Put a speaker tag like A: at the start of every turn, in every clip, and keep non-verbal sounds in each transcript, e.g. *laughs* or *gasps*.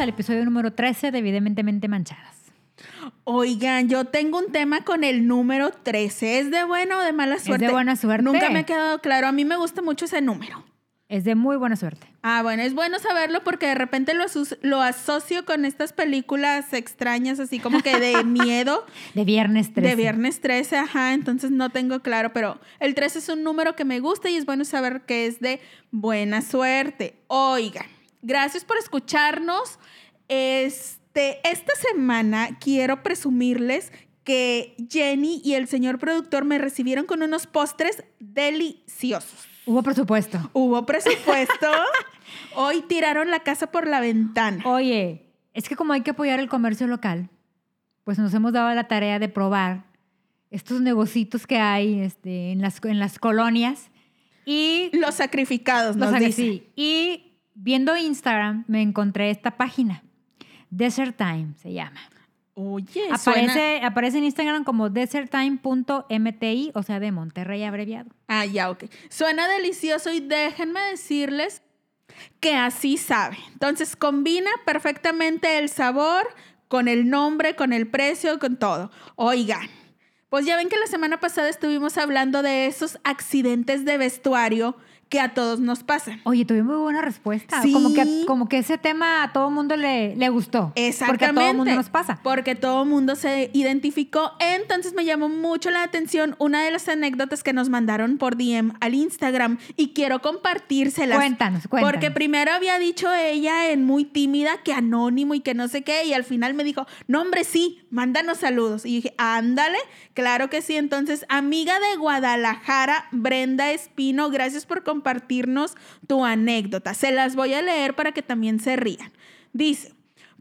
A: al episodio número 13 de Evidentemente Manchadas.
B: Oigan, yo tengo un tema con el número 13. ¿Es de buena o de mala suerte?
A: Es de buena suerte.
B: Nunca me ha quedado claro. A mí me gusta mucho ese número.
A: Es de muy buena suerte.
B: Ah, bueno, es bueno saberlo porque de repente lo, aso- lo asocio con estas películas extrañas, así como
A: *laughs*
B: que de miedo.
A: De viernes 13.
B: De viernes 13, ajá, entonces no tengo claro, pero el 13 es un número que me gusta y es bueno saber que es de buena suerte. Oigan, gracias por escucharnos. Este, esta semana quiero presumirles que Jenny y el señor productor me recibieron con unos postres deliciosos.
A: Hubo presupuesto.
B: Hubo
A: *laughs*
B: presupuesto. Hoy tiraron la casa por la ventana.
A: Oye, es que como hay que apoyar el comercio local, pues nos hemos dado la tarea de probar estos negocitos que hay este, en, las, en las colonias. Y,
B: Los sacrificados, nos
A: los haga-
B: dice.
A: sí. y viendo Instagram me encontré esta página. Desert Time se llama.
B: Oye, suena-
A: Aparece, aparece en Instagram como deserttime.mti, o sea, de Monterrey abreviado.
B: Ah, ya, ok. Suena delicioso y déjenme decirles que así sabe. Entonces combina perfectamente el sabor con el nombre, con el precio, con todo. Oigan, pues ya ven que la semana pasada estuvimos hablando de esos accidentes de vestuario que a todos nos pasan.
A: Oye, tuve muy buena respuesta.
B: Sí.
A: Como, que, como que ese tema a todo mundo le, le gustó. Porque a
B: Exactamente.
A: todo mundo nos pasa.
B: Porque todo mundo se identificó. Entonces me llamó mucho la atención una de las anécdotas que nos mandaron por DM al Instagram y quiero compartírselas.
A: Cuéntanos, *laughs* cuéntanos.
B: Porque pues, primero había dicho ella en muy tímida que anónimo y que no sé qué y al final me dijo, no hombre, sí, mándanos saludos. Y dije, ándale, claro que sí. Entonces, amiga de Guadalajara, Brenda Espino, gracias por compartirnos tu anécdota. Se las voy a leer para que también se rían. Dice,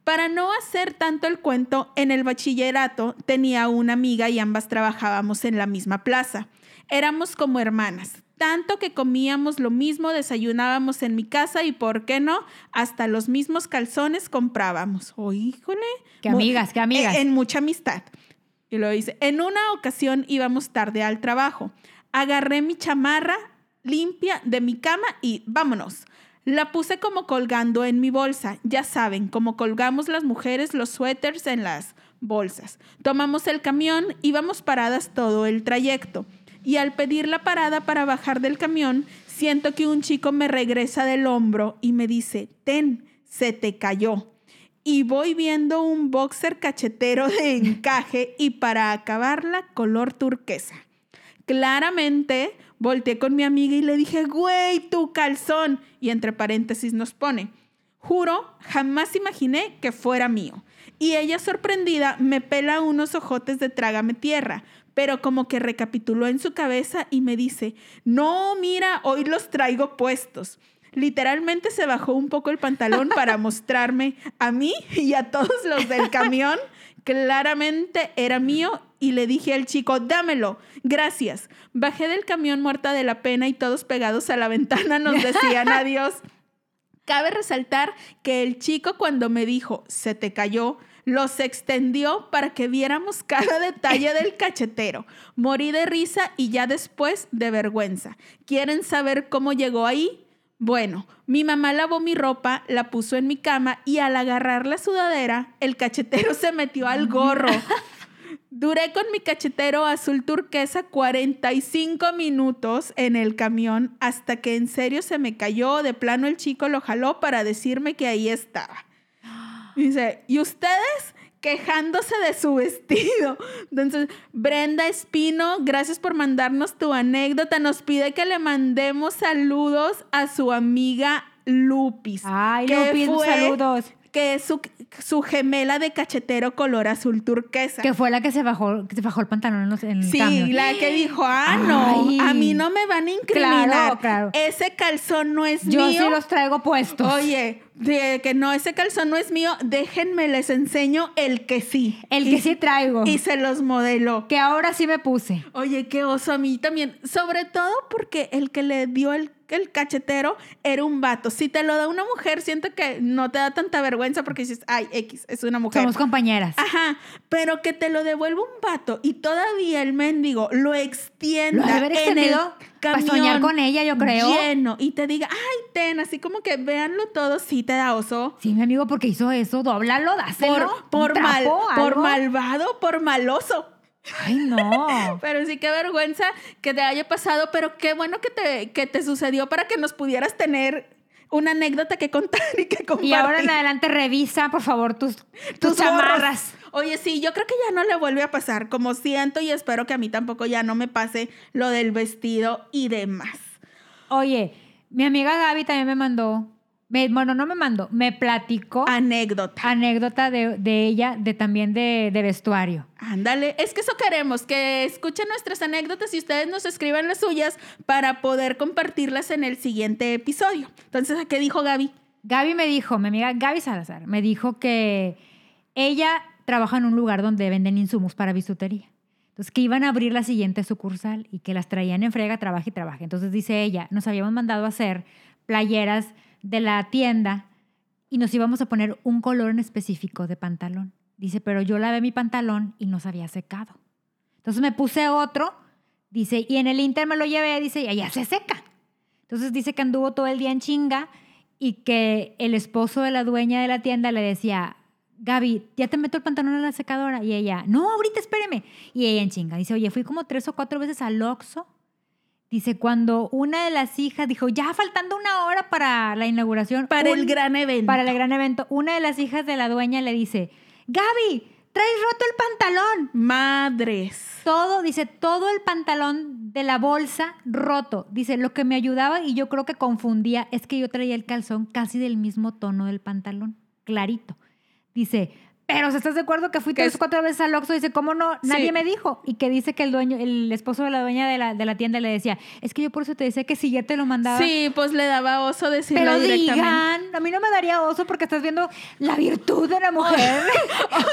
B: para no hacer tanto el cuento, en el bachillerato tenía una amiga y ambas trabajábamos en la misma plaza. Éramos como hermanas, tanto que comíamos lo mismo, desayunábamos en mi casa y, ¿por qué no? Hasta los mismos calzones comprábamos. ¡Oh, híjole!
A: Qué
B: Mu-
A: amigas, qué amigas.
B: En, en mucha amistad. Y lo dice, en una ocasión íbamos tarde al trabajo. Agarré mi chamarra limpia de mi cama y vámonos. La puse como colgando en mi bolsa. Ya saben, como colgamos las mujeres los suéteres en las bolsas. Tomamos el camión, íbamos paradas todo el trayecto. Y al pedir la parada para bajar del camión, siento que un chico me regresa del hombro y me dice, ten, se te cayó y voy viendo un boxer cachetero de encaje y para acabarla color turquesa. Claramente volteé con mi amiga y le dije, güey, tu calzón. Y entre paréntesis nos pone, juro, jamás imaginé que fuera mío. Y ella sorprendida me pela unos ojotes de trágame tierra, pero como que recapituló en su cabeza y me dice, no, mira, hoy los traigo puestos. Literalmente se bajó un poco el pantalón para mostrarme a mí y a todos los del camión. Claramente era mío y le dije al chico, dámelo, gracias. Bajé del camión muerta de la pena y todos pegados a la ventana nos decían adiós. Cabe resaltar que el chico cuando me dijo, se te cayó, los extendió para que viéramos *laughs* cada detalle del cachetero. Morí de risa y ya después de vergüenza. ¿Quieren saber cómo llegó ahí? Bueno, mi mamá lavó mi ropa, la puso en mi cama y al agarrar la sudadera, el cachetero *laughs* se metió al gorro. Duré con mi cachetero azul turquesa 45 minutos en el camión hasta que en serio se me cayó. De plano el chico lo jaló para decirme que ahí estaba. Dice, ¿y ustedes? quejándose de su vestido. Entonces, Brenda Espino, gracias por mandarnos tu anécdota. Nos pide que le mandemos saludos a su amiga Lupis.
A: Ay,
B: que
A: Lupis,
B: fue-
A: saludos.
B: Que es su, su gemela de cachetero color azul turquesa.
A: Que fue la que se bajó, que se bajó el pantalón en los- en el
B: Sí,
A: camión.
B: la que dijo, ah, no,
A: Ay.
B: a mí no me van a incriminar.
A: Claro, claro.
B: Ese calzón no es
A: Yo
B: mío.
A: sí los traigo puestos.
B: Oye, de que no, ese calzón no es mío, déjenme, les enseño el que sí.
A: el
B: Y-
A: que sí traigo.
B: Y se los modeló.
A: que ahora sí me puse.
B: Oye, qué oso a mí también. Sobre todo porque el que le dio el, el cachetero era un vato. Si te lo da una mujer, siento que no te da tanta vergüenza porque dices, ay, X, es una mujer.
A: Somos compañeras.
B: Ajá, pero que te lo devuelva un vato y todavía el mendigo lo
A: Lo
B: extienda.
A: ha de haber
B: en el-
A: extendido Para
B: camión
A: soñar con ella, yo creo.
B: lleno y te diga, ay, ten, así como que véanlo todo, sí te da oso.
A: Sí, mi amigo, porque hizo eso, dóblalo, dáselo.
B: Por,
A: un
B: por, mal,
A: trapo,
B: por
A: algo.
B: malvado, por maloso.
A: Ay, no.
B: Pero sí, qué vergüenza que te haya pasado, pero qué bueno que te, que te sucedió para que nos pudieras tener una anécdota que contar y que compartir.
A: Y ahora en adelante revisa, por favor, tus, tus,
B: Tus gorros.
A: chamarras.
B: Oye, sí, yo creo que ya no le vuelve a pasar, como siento y espero que a mí tampoco ya no me pase lo del vestido y demás.
A: Oye, mi amiga Gaby también me mandó, me- bueno, no me mandó, me platicó
B: Anécdota.
A: anécdota de, de ella, de también de, de vestuario.
B: Ándale, es que eso queremos, que escuchen nuestras anécdotas y ustedes nos escriban las suyas para poder compartirlas en el siguiente episodio. Entonces, ¿a qué dijo Gaby?
A: Gaby me dijo, mi amiga Gaby Salazar, me dijo que ella trabaja en un lugar donde venden insumos para bisutería. Entonces, que iban a abrir la siguiente sucursal y que las traían en frega, trabaja y trabaja. Entonces, dice ella, nos habíamos mandado a hacer playeras de la tienda y nos íbamos a poner un color en específico de pantalón. Dice, pero yo lavé mi pantalón y no se había secado. Entonces me puse otro, dice, y en el Inter me lo llevé, dice, y allá se seca. Entonces dice que anduvo todo el día en chinga y que el esposo de la dueña de la tienda le decía, Gaby, ya te meto el pantalón en la secadora. Y ella, no, ahorita espéreme. Y ella en chinga, dice, oye, fui como tres o cuatro veces al Oxxo. Dice, cuando una de las hijas dijo, ya faltando una hora para la inauguración.
B: Para
A: un-
B: el gran evento.
A: para el gran evento, una de las hijas de la dueña le dice, Gaby, traes roto el pantalón.
B: Madres.
A: Todo, dice, todo el pantalón de la bolsa roto. Dice, lo que me ayudaba y yo creo que confundía es que yo traía el calzón casi del mismo tono del pantalón, clarito. Dice, pero si estás de acuerdo que fui
B: Que
A: tres
B: es-
A: o cuatro veces al Oxxo, dice, ¿cómo no? Nadie
B: Sí.
A: me dijo. Y que dice que el dueño, el esposo de la dueña de la, de la tienda le decía, es que yo por eso te decía que si ya te lo mandaba.
B: Sí, pues le daba oso decirlo
A: Pero
B: directamente.
A: digan, a mí no me daría oso porque estás viendo la virtud de la *laughs* mujer.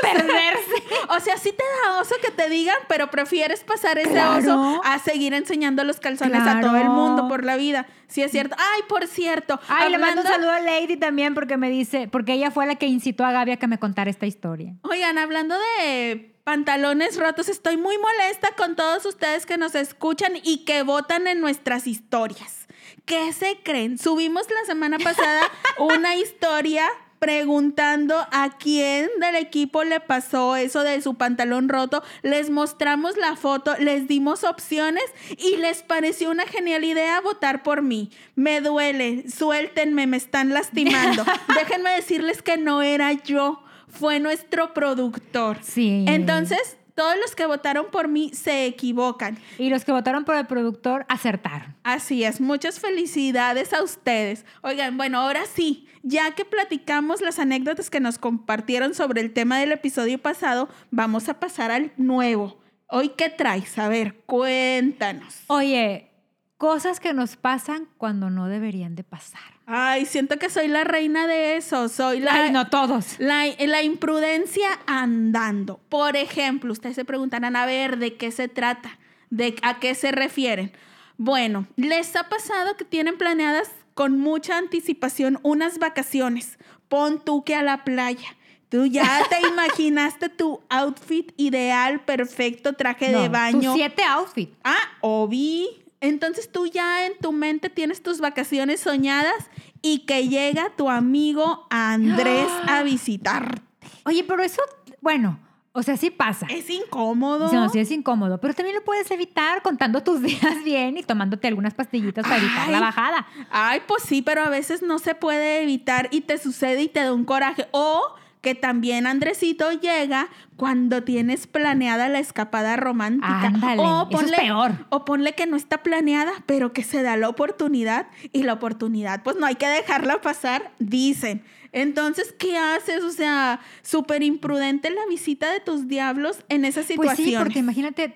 A: Perderse.
B: O sea, sí te da oso que te digan, pero prefieres pasar ese
A: Claro.
B: oso a seguir enseñando los calzones a todo
A: Claro.
B: el mundo por la vida. Sí es cierto. Ay, por cierto.
A: Ay, le mando un
B: hablando-
A: saludo a Lady también porque me dice, porque ella fue la que incitó a Gaby a que me contara esta historia.
B: Oigan, hablando de pantalones rotos, estoy muy molesta con todos ustedes que nos escuchan y que votan en nuestras historias. ¿Qué se creen? Subimos la semana pasada una historia preguntando a quién del equipo le pasó eso de su pantalón roto. Les mostramos la foto, les dimos opciones y les pareció una genial idea votar por mí. Me duele, suéltenme, me están lastimando. Déjenme decirles que no era yo fue nuestro productor.
A: Sí.
B: Entonces, todos los que votaron por mí se equivocan.
A: Y los que votaron por el productor acertaron.
B: Así es, muchas felicidades a ustedes. Oigan, bueno, ahora sí, ya que platicamos las anécdotas que nos compartieron sobre el tema del episodio pasado, vamos a pasar al nuevo. Hoy, ¿qué traes? A ver, cuéntanos.
A: Oye, cosas que nos pasan cuando no deberían de pasar.
B: Ay, siento que soy la reina de eso, soy la...
A: Ay, no todos.
B: La, la imprudencia andando. Por ejemplo, ustedes se preguntarán, a ver, ¿de qué se trata? ¿De a qué se refieren? Bueno, les ha pasado que tienen planeadas con mucha anticipación unas vacaciones. Pon tú que a la playa. Tú ya te imaginaste tu outfit ideal, perfecto, traje
A: No,
B: de
A: tus
B: baño.
A: siete outfits.
B: Ah, Obi. Entonces tú ya en tu mente tienes tus vacaciones soñadas y que llega tu amigo Andrés *gasps* a visitarte.
A: Oye, pero eso, bueno, o sea, sí pasa.
B: Es incómodo.
A: Sí, no, sí es incómodo, pero también lo puedes evitar contando tus *laughs* días bien y tomándote algunas pastillitas para evitar la
B: Ay.
A: bajada.
B: Ay, pues sí, pero a veces no se puede evitar y te sucede y te da un coraje. O que también Andresito llega cuando tienes planeada la escapada romántica.
A: Ándale,
B: o
A: eso es peor.
B: O ponle que no está planeada, pero que se da la oportunidad y la oportunidad, pues no hay que dejarla pasar, dicen. Entonces, ¿qué haces? O sea, súper imprudente la visita de tus diablos en esa
A: Pues
B: situación.
A: sí, porque imagínate,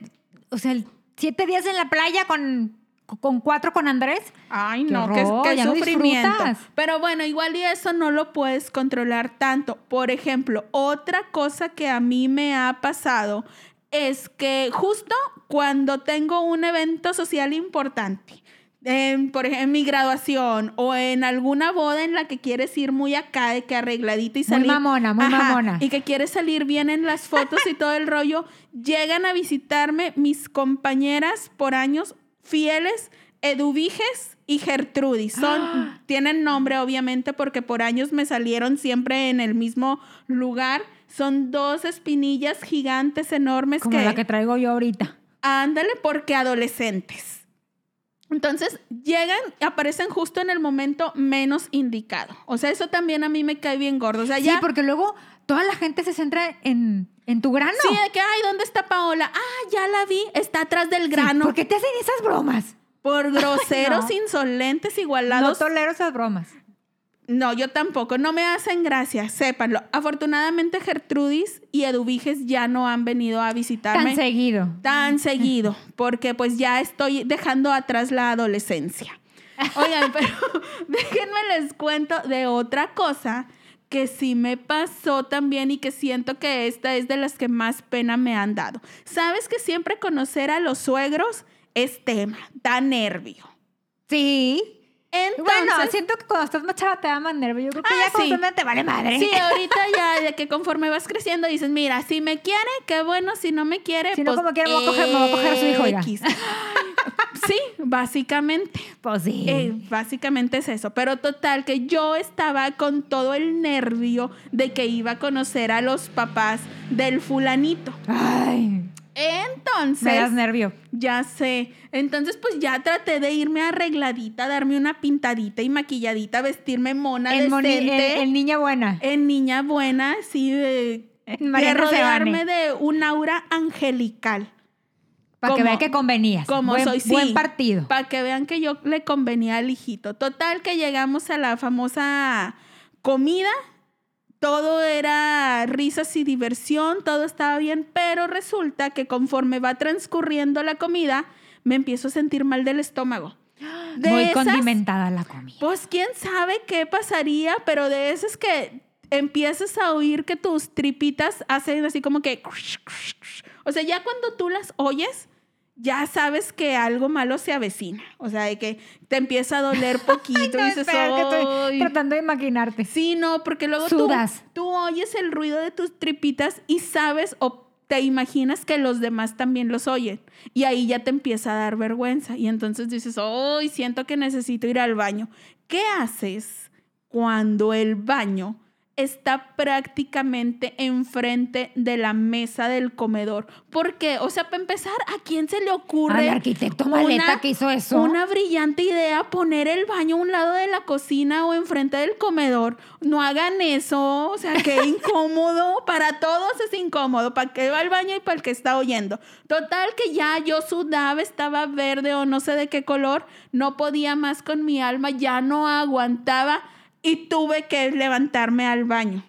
A: o sea, el- siete días en la playa con, con cuatro con Andrés.
B: Ay,
A: Qué
B: no, qué,
A: horror,
B: qué
A: ya no
B: sufrimiento.
A: disfrutas.
B: Pero bueno, igual y eso no lo puedes controlar tanto. Por ejemplo, otra cosa que a mí me ha pasado es que justo cuando tengo un evento social importante, en, por ejemplo, en mi graduación o en alguna boda en la que quieres ir muy acá, de que arregladita y
A: Muy
B: salir.
A: mamona, muy mamona.
B: Y que quieres salir bien en las fotos y todo el rollo. Llegan a visitarme mis compañeras por años fieles Eduviges y Gertrudis. Son,
A: ¡Ah!
B: tienen nombre obviamente porque por años me salieron siempre en el mismo lugar. Son dos espinillas gigantes enormes
A: Como
B: que,
A: la que traigo yo ahorita.
B: ándale porque adolescentes. Entonces llegan, aparecen justo en el momento menos indicado. O sea, eso también a mí me cae bien gordo. O sea, ya
A: Sí, porque luego toda la gente se centra en, en tu grano.
B: Sí, de que, ay, ¿dónde está Paola? Ah, ya la vi, está atrás del
A: Sí,
B: grano.
A: ¿Por qué te hacen esas bromas?
B: *laughs* Por groseros,
A: no.
B: insolentes,
A: No
B: igualados. No,
A: tolero esas bromas.
B: yo tampoco. No me hacen gracia, sépanlo. Afortunadamente, Gertrudis y Eduviges ya no han venido a visitarme
A: Tan seguido.
B: tan seguido, porque pues ya estoy dejando atrás la adolescencia.
A: *laughs*
B: Oigan, pero *laughs* déjenme les cuento de otra cosa que sí me pasó también y que siento que esta es de las que más pena me han dado. ¿Sabes que siempre conocer a los suegros es tema, da nervio?
A: Sí.
B: Entonces,
A: bueno, siento que cuando estás más chava te da más nervio. Yo creo que
B: Ah,
A: ya cuando
B: sí.
A: estás más te vale madre.
B: sí, ahorita ya de que conforme vas creciendo dices, mira, si me quiere, qué bueno, si no me quiere,
A: Si no,
B: pues
A: como quiera, me voy a coger- me voy a coger a su hijo, oiga.
B: X. *laughs* Sí, básicamente.
A: Pues sí.
B: Eh, básicamente es eso, pero total que yo estaba con todo el nervio de que iba a conocer a los papás del fulanito.
A: Ay, me das
B: Entonces,
A: nervio.
B: ya sé, entonces pues ya traté de irme arregladita, darme una pintadita y maquilladita, vestirme mona
A: El, moni- el-
B: decente,
A: el niña buena.
B: en niña buena, así de,
A: En
B: de
A: Mariano
B: rodearme
A: Sebane.
B: de un aura angelical.
A: Para que
B: como-
A: vea que convenías.
B: Como
A: buen,
B: soy, sí.
A: Buen partido.
B: Para que vean que yo le convenía al hijito. Total, que llegamos a la famosa comida. Todo era risas y diversión, todo estaba bien, pero resulta que conforme va transcurriendo la comida, me empiezo a sentir mal del estómago. De
A: Muy
B: esas,
A: condimentada la comida.
B: pues quién sabe qué pasaría, pero de esas que empiezas a oír que tus tripitas hacen así como que... crush, crush, crush. O sea, ya cuando tú las oyes, ya sabes que algo malo se avecina. O sea, de que te empieza
A: *laughs*
B: a doler poquito y
A: No,
B: dices,
A: espera, que estoy
B: "Ay".
A: tratando de imaginarte.
B: Sí, no, porque luego tú,
A: Sudas.
B: tú oyes el ruido de tus tripitas y sabes o te imaginas que los demás también los oyen. Y ahí ya te empieza a dar vergüenza. Y entonces dices, hoy siento que necesito ir al baño. ¿Qué haces cuando el baño está prácticamente enfrente de la mesa del comedor? Porque, o sea, para empezar, ¿a quién se le ocurre?
A: Al arquitecto
B: una-
A: maleta que hizo eso.
B: Una brillante idea poner el baño a un lado de la cocina o enfrente del comedor. No hagan eso, o sea, qué incómodo. Para todos es incómodo, para el que va al baño y para el que está oyendo. Total que ya yo sudaba, estaba verde o no sé de qué color, no podía más con mi alma, ya no aguantaba y tuve que levantarme al baño.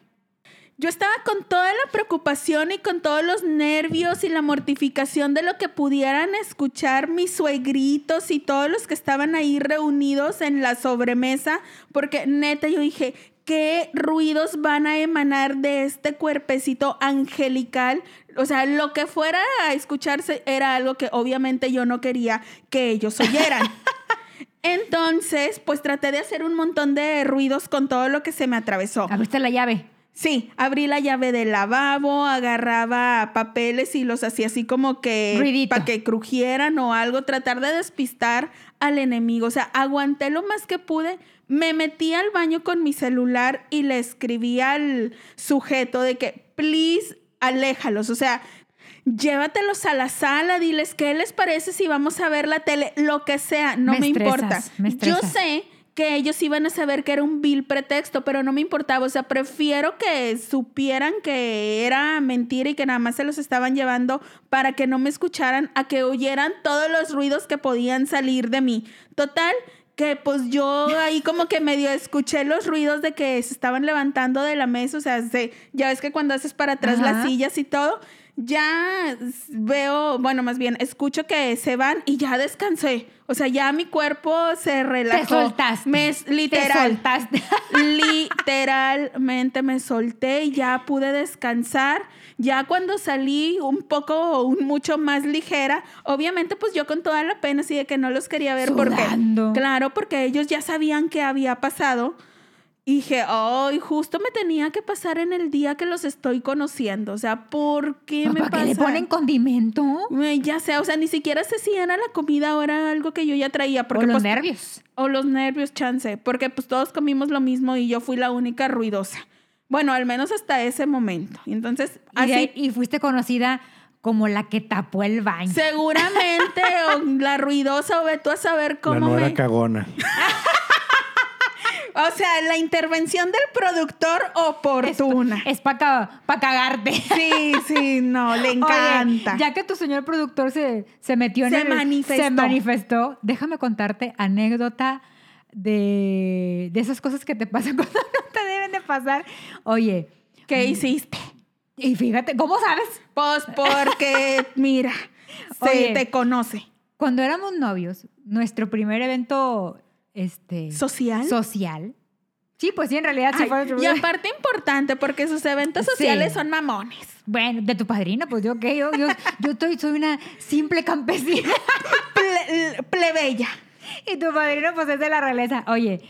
B: Yo estaba con toda la preocupación y con todos los nervios y la mortificación de lo que pudieran escuchar mis suegritos y todos los que estaban ahí reunidos en la sobremesa, porque neta yo dije, ¿qué ruidos van a emanar de este cuerpecito angelical? O sea, lo que fuera a escucharse era algo que obviamente yo no quería que ellos oyeran. Entonces, pues traté de hacer un montón de ruidos con todo lo que se me atravesó.
A: Abriste la llave.
B: Sí, abrí la llave del lavabo, agarraba papeles y los hacía así como que
A: Ruidito.
B: para que crujieran o algo, tratar de despistar al enemigo. O sea, aguanté lo más que pude, me metí al baño con mi celular y le escribí al sujeto de que, please, aléjalos. O sea, llévatelos a la sala, diles qué les parece si vamos a ver la tele, lo que sea, no me,
A: Me estresas,
B: importa.
A: me
B: Yo
A: estresas.
B: sé que ellos iban a saber que era un vil pretexto, pero no me importaba. O sea, prefiero que supieran que era mentira y que nada más se los estaban llevando para que no me escucharan, a que oyeran todos los ruidos que podían salir de mí. Total, que pues yo ahí como que medio escuché los ruidos de que se estaban levantando de la mesa. O sea, se- ya ves que cuando haces para atrás las
A: Ajá.
B: sillas y todo, ya s- veo, bueno, más bien, escucho que se van y ya descansé. O sea, ya mi cuerpo se relajó.
A: Te soltaste.
B: Me, s-
A: Te
B: literal.
A: soltaste.
B: Literalmente me solté y ya pude descansar. Ya cuando salí un poco o un mucho más ligera, obviamente pues yo con toda la pena así de que no los quería ver porque
A: Sudando.
B: claro, porque ellos ya sabían qué había pasado Y dije, ay, justo me tenía que pasar en el día que los estoy conociendo. O sea, ¿por *laughs* qué me
A: ¿Para
B: pasa?
A: qué le ponen condimento?
B: Güey, Ya sea, o sea, ni siquiera sé si era la comida o era algo que yo ya traía. Porque,
A: Por los
B: pues,
A: nervios.
B: o los nervios, chance. Porque pues todos comimos lo mismo y yo fui la única ruidosa. Bueno, al menos hasta ese momento. Entonces,
A: Y, de
B: así
A: ahí- y fuiste conocida como la que tapó el baño.
B: seguramente
A: *laughs*
B: o la ruidosa o ve tú a saber
C: La
B: cómo
C: nuera
B: me...
C: cagona.
B: O sea, la intervención del productor oportuna.
A: *laughs* Es para cagarte.
B: Sí, sí, no, le encanta.
A: Oye, ya que tu señor productor se, se metió en
B: Se
A: el...
B: manifestó.
A: Se manifestó. Déjame contarte anécdota de, de esas cosas que te pasan *laughs* cuando no te deben de pasar. Oye, Mm.
B: ¿Qué hiciste?
A: y fíjate, ¿cómo sabes?
B: Pues porque, mira, se
A: Oye.
B: te conoce.
A: Cuando éramos novios, nuestro primer evento este,
B: ¿Social?
A: social. Sí, pues sí, en realidad sí
B: Ay,
A: fue nuestro
B: y
A: primer-
B: aparte importante, porque sus eventos
A: Sí.
B: sociales son mamones.
A: *laughs* Bueno, de tu padrino, pues yo qué, yo, yo, yo estoy, soy una simple campesina.
B: Ple- plebeya.
A: Y tu padrino, pues es de la realeza. Oye,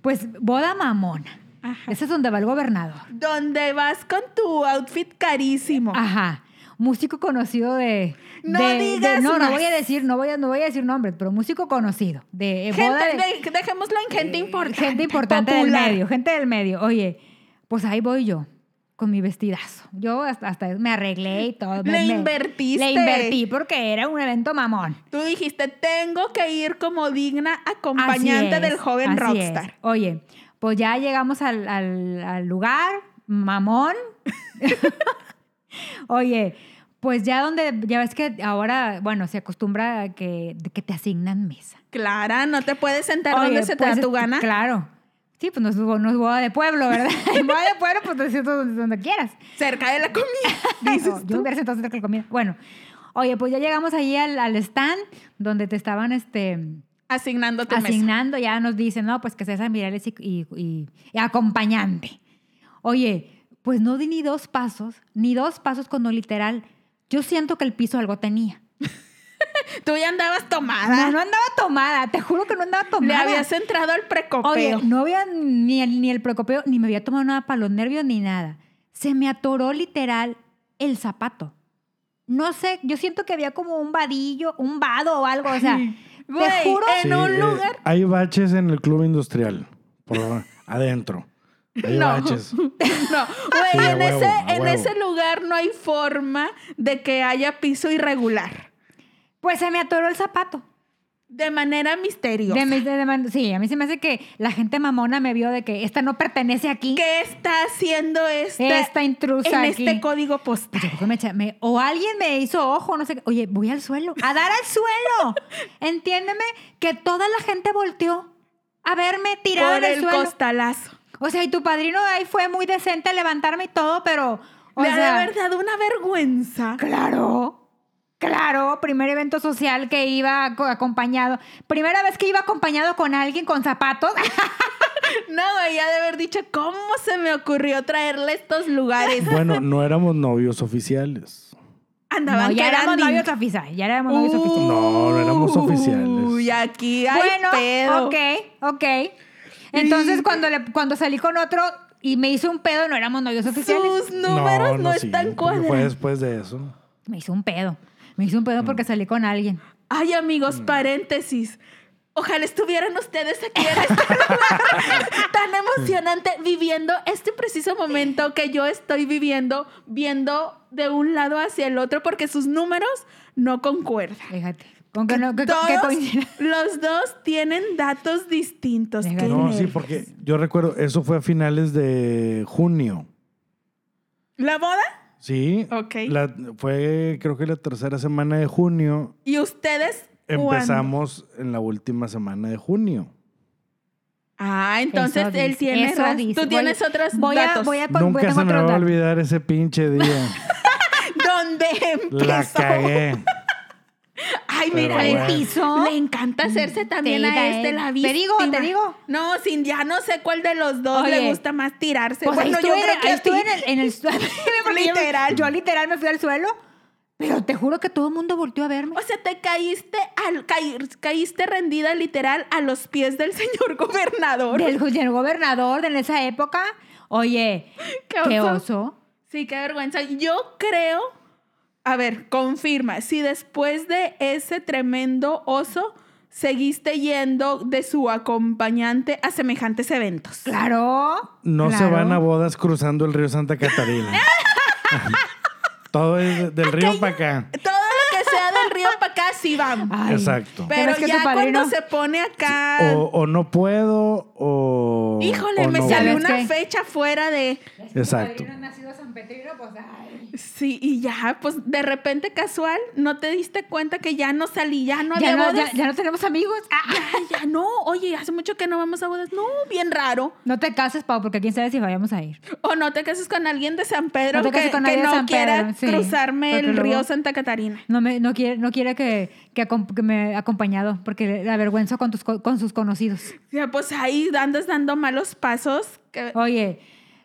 A: pues boda mamona.
B: Ajá.
A: Ese es donde va el gobernador.
B: Donde vas con tu outfit carísimo.
A: Ajá. Músico conocido de.
B: No
A: de- de-
B: digas
A: no,
B: más.
A: no voy a decir, no voy a, no voy a decir nombres, pero músico conocido. De eh, boda
B: gente,
A: de-
B: de- dejémoslo en gente importante.
A: Gente importante
B: popular.
A: del medio, gente del medio. Oye, pues ahí voy yo con mi vestidazo. Yo hasta, hasta me arreglé y todo.
B: Le
A: me- me-
B: invertiste.
A: Le invertí porque era un evento mamón.
B: Tú dijiste, tengo que ir como digna acompañante
A: Así
B: del
A: es,
B: joven
A: así es.
B: rockstar.
A: Oye, pues ya llegamos al, al- al lugar,
B: *laughs*
A: mamón. Oye, pues ya donde, ya ves que ahora, bueno, se acostumbra a que, de que te asignan mesa.
B: Clara, no te puedes sentar
A: Oye,
B: donde se te
A: pues,
B: da tu gana.
A: Claro. Sí, pues no es, bo- no es boda de pueblo,
B: *laughs*
A: ¿verdad? En boda de pueblo, pues te sientas donde, donde quieras.
B: Cerca de la comida.
A: Ay,
B: *laughs* dices
A: *laughs* no,
B: tú.
A: yo hubiera sentado cerca de la comida. Bueno, oye, pues ya llegamos ahí al, al stand donde te estaban, este,
B: Asignando tu mesa.
A: asignando, ya nos dicen, no, pues que César Mireles y, y- y- y acompañante. Oye, pues no di ni dos pasos, ni dos pasos cuando literal, yo siento que el piso algo tenía.
B: Tú ya andabas tomada.
A: No, no andaba tomada, te juro que no andaba tomada.
B: Ah. Le habías entrado al precopeo.
A: Oye, no había ni el, ni el precopeo, ni me había tomado nada para los nervios, ni nada. Se me atoró literal el zapato. No sé, yo siento que había como un vadillo, un vado o algo, o sea,
B: Güey,
A: te juro.
B: En un
C: eh,
B: lugar-
C: hay baches en el club industrial. Por *laughs* adentro. Hay
B: No.
C: baches.
B: *laughs*
A: *laughs*
B: No, güey,
C: Sí, a
B: en,
C: huevo,
B: ese,
C: a
B: en
C: huevo.
B: ese lugar no hay forma de que haya piso irregular.
A: Pues se me atoró el zapato.
B: De manera misteriosa.
A: De mis- de- de man- sí, a mí se me hace que la gente mamona me vio de que esta no pertenece aquí.
B: ¿Qué está haciendo esta,
A: Esta intrusa
B: en
A: aquí.
B: este código postal?
A: Pues yo creo que me echa- me- o alguien me hizo ojo, no sé qué. Oye, voy al suelo, a dar al
B: *laughs*
A: suelo. Entiéndeme que toda la gente volteó a verme tirada en
B: Por
A: el,
B: el
A: suelo.
B: costalazo.
A: O sea, y tu padrino ahí fue muy decente a levantarme y todo, pero. O
B: Le ha de
A: sea,
B: haber dado una vergüenza.
A: Claro. Claro, primer evento social que iba co- acompañado. Primera vez que iba acompañado con alguien con zapatos.
B: *laughs*
A: *laughs*
B: No, güey, ha de haber dicho, ¿cómo se me ocurrió traerle a estos lugares? *laughs*
C: Bueno, no éramos novios oficiales.
B: Andaban
A: No, ya éramos
B: queranding.
A: novios oficiales. Ya éramos
B: Uh,
A: novios oficiales.
C: No, no éramos oficiales.
B: Uy, aquí hay
A: Bueno,
B: pedo.
A: ok, ok. Entonces,
B: Y-
A: cuando, le- cuando salí con otro y me hizo un pedo, no éramos novios oficiales.
B: Sus números no,
C: sí,
B: están
C: porque Fue
B: cuadrados.
C: después de eso.
A: Me hizo un pedo. Me hizo un pedo
B: Mm.
A: porque salí con alguien.
B: Ay, amigos,
C: Mm.
B: paréntesis. Ojalá estuvieran ustedes aquí en este *laughs* lugar tan emocionante viviendo este preciso momento que yo estoy viviendo, viendo de un lado hacia el otro porque sus números no concuerdan.
A: Fíjate. Con *laughs* que no, que, que
B: Todos
A: coincida.
B: los dos tienen datos distintos.
A: Venga.
B: Qué
C: No, sí,
B: nervios.
C: porque yo recuerdo, eso fue a finales de junio.
B: ¿La boda?
C: Sí.
B: Ok.
C: La- fue creo que la tercera semana de junio.
B: ¿Y ustedes? cuándo?
C: Empezamos en la última semana de junio.
B: Ah, entonces
A: Eso
B: él
A: dice,
B: tiene
A: eso
B: raz-
A: dice.
B: Tú
A: Voy-
B: tienes otros
A: voy a-
B: datos.
A: voy a- Ya con-
C: Nunca
A: tengo
C: se me
A: otros
C: va a
A: datos.
C: olvidar ese
B: *laughs*
C: pinche día.
B: ¿Dónde empezó?
C: la cagué.
B: Ay,
C: Pero
B: mira, el
C: bueno.
B: piso. Le encanta hacerse también
A: Sí,
B: a
A: da
B: este
A: él.
B: la
A: Te
B: víctima.
A: digo, te digo.
B: No, sin ya no sé cuál de los dos le
A: Oye.
B: gusta más tirarse.
A: Pues ahí
B: bueno, yo
A: estuve,
B: creo que
A: ahí
B: a ti.
A: *laughs*
B: *laughs*
A: estuve en el, en el suelo. Porque yo-
B: Literal.
A: Yo, literal me fui al suelo Pero te juro que todo el mundo volteó a verme.
B: O sea, te caíste al caí- caíste rendida literal a los pies del *laughs* señor gobernador.
A: Del, go- del gobernador de en esa época. Oye,
B: Qué
A: qué
B: oso.
A: oso.
B: Sí, qué vergüenza. Yo creo, a ver, confirma, si después de ese tremendo oso seguiste yendo de su acompañante a semejantes eventos.
A: Claro.
C: No se
A: claro.
C: van a bodas cruzando el río
B: *laughs*
C: Santa Catarina. Todo es del río para acá.
B: Todo lo que sea del río para acá sí vamos.
A: Ay,
C: Exacto.
A: pero
B: Pero
A: es Ah, que
B: ya
A: tu padrino-
B: cuando se pone acá,
C: O, o no puedo, o.
B: híjole,
C: o
B: me
C: no
A: ¿Sabes
B: salió
C: voy.
B: una
A: qué?
B: fecha fuera de
C: Exacto.
B: pues, Sí, y ya, pues de repente casual, no te diste cuenta que ya no salí, ya no
A: ya,
B: había
A: no, ya,
B: bodas.
A: ya no tenemos amigos. Ah,
B: Ya, ya no, oye, hace mucho que no vamos a bodas. No, bien raro.
A: No te cases, Pau, porque quién sabe si vayamos a ir.
B: O no te cases con alguien de San Pedro
A: No te
B: que,
A: cases con
B: que
A: nadie de
B: no
A: San
B: quiera
A: Pedro, sí,
B: cruzarme el
A: porque luego-
B: río Santa Catarina.
A: No, me, no quiere, no quiere que, que, acom- que me acompañado, porque la avergüenzo con, tus, co- con sus conocidos.
B: Ya, pues ahí andas dando malos pasos. que-
A: Oye,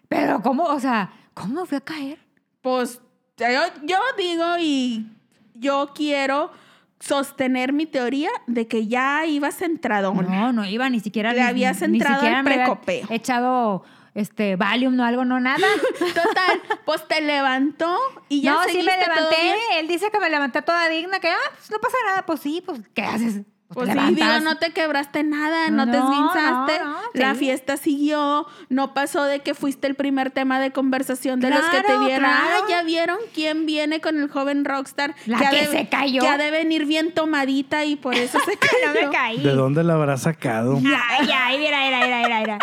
A: pero ¿cómo? O sea, ¿cómo fui a caer?
B: pues yo, yo digo y yo quiero sostener mi teoría de que ya ibas entradón.
A: No, no iba, ni siquiera
B: Le
A: ni-
B: habías
A: ni
B: entrado
A: siquiera
B: al
A: me había
B: precopeo.
A: echado este Valium no algo, no nada. *laughs*
B: Total, pues te levantó y ya
A: no, sí me
B: seguiste todo
A: levanté.
B: bien.
A: Él dice que me levanté toda digna, que ah, pues no pasa nada, pues sí, pues ¿qué haces?
B: Pues
A: te
B: sí, digo,
A: levantas.
B: no te quebraste nada, no, te
A: No,
B: esguinzaste,
A: no, no,
B: la
A: sí.
B: fiesta siguió, no pasó de que fuiste el primer tema de conversación de los que te
A: Claro,
B: vieron. Ah,
A: claro.
B: ya vieron quién viene con el joven rockstar.
A: La
B: ha
A: que
B: de-
A: se cayó.
B: Que ha de venir bien tomadita y por
A: *laughs*
B: eso se
A: No
B: cayó.
A: me caí.
C: ¿De dónde la habrá sacado?
A: Ay, ay, mira, mira, mira, mira, mira.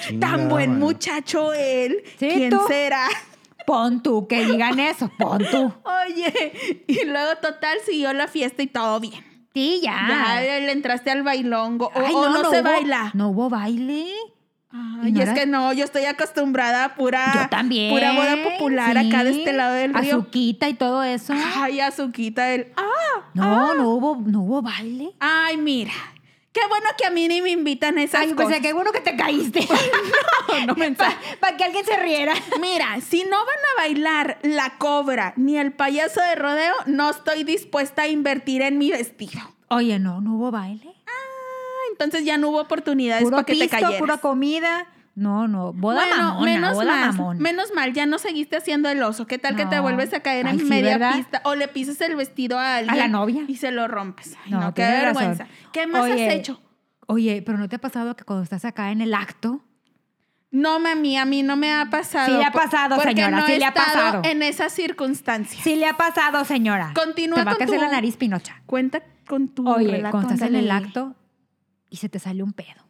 C: Chingada
B: Tan buen
C: madre.
B: muchacho él.
A: Sí,
B: ¿Quién
A: tú.
B: será?
A: Pon tú, que digan eso, pon tú.
B: Oye, y luego total siguió la fiesta y todo bien.
A: Sí, ya.
B: Ya le entraste al bailongo. O,
A: Ah. Ay,
B: o no, se
A: hubo-
B: baila.
A: No hubo baile.
B: Ay,
A: ¿No
B: es
A: era?
B: que no, yo estoy acostumbrada a pura,
A: Yo también.
B: Ah, pura boda popular acá de
A: sí.
B: este lado del río.
A: Azuquita y todo eso.
B: Ay, Azuquita, el. ¡Ah!
A: No, no hubo, no hubo baile.
B: Ay, mira. Qué bueno que a mí ni me invitan a esas
A: Ay, pues
B: cosas.
A: qué bueno que te caíste.
B: *laughs*
A: *laughs*
B: No, no me
A: Para que alguien se riera.
B: Mira, si no van a bailar la cobra ni el payaso de rodeo, no estoy dispuesta a invertir en mi vestido.
A: Oye, no, no hubo baile.
B: Ah, Entonces ya no hubo oportunidades
A: Puro
B: para que te
A: pisto,
B: cayeras.
A: pura comida. No, no, boda
B: bueno,
A: mamona,
B: menos
A: boda
B: mal,
A: mamona.
B: menos mal, ya no seguiste haciendo el oso. ¿Qué tal que te
A: No.
B: vuelves a caer
A: Ay,
B: en
A: sí,
B: media
A: ¿verdad?
B: pista o le pisas el vestido a alguien?
A: la novia?
B: Y se lo rompes. Ay, no,
A: No,
B: qué
A: tienes razón.
B: vergüenza. ¿Qué más
A: Oye.
B: has hecho?
A: Oye, pero ¿no te ha pasado que cuando estás acá en el acto?
B: No, mami, a mí no me ha pasado.
A: Sí le ha
B: por-
A: pasado,
B: porque
A: señora,
B: no
A: sí
B: he
A: le ha
B: estado
A: pasado.
B: en esa circunstancia.
A: Sí le ha pasado, señora.
B: Continúa
A: Te va a
B: con
A: crecer
B: tu-
A: la nariz pinocha.
B: Cuenta con tu
A: Oye,
B: relato,
A: cuando estás en
B: ándale.
A: el acto y se te sale un pedo.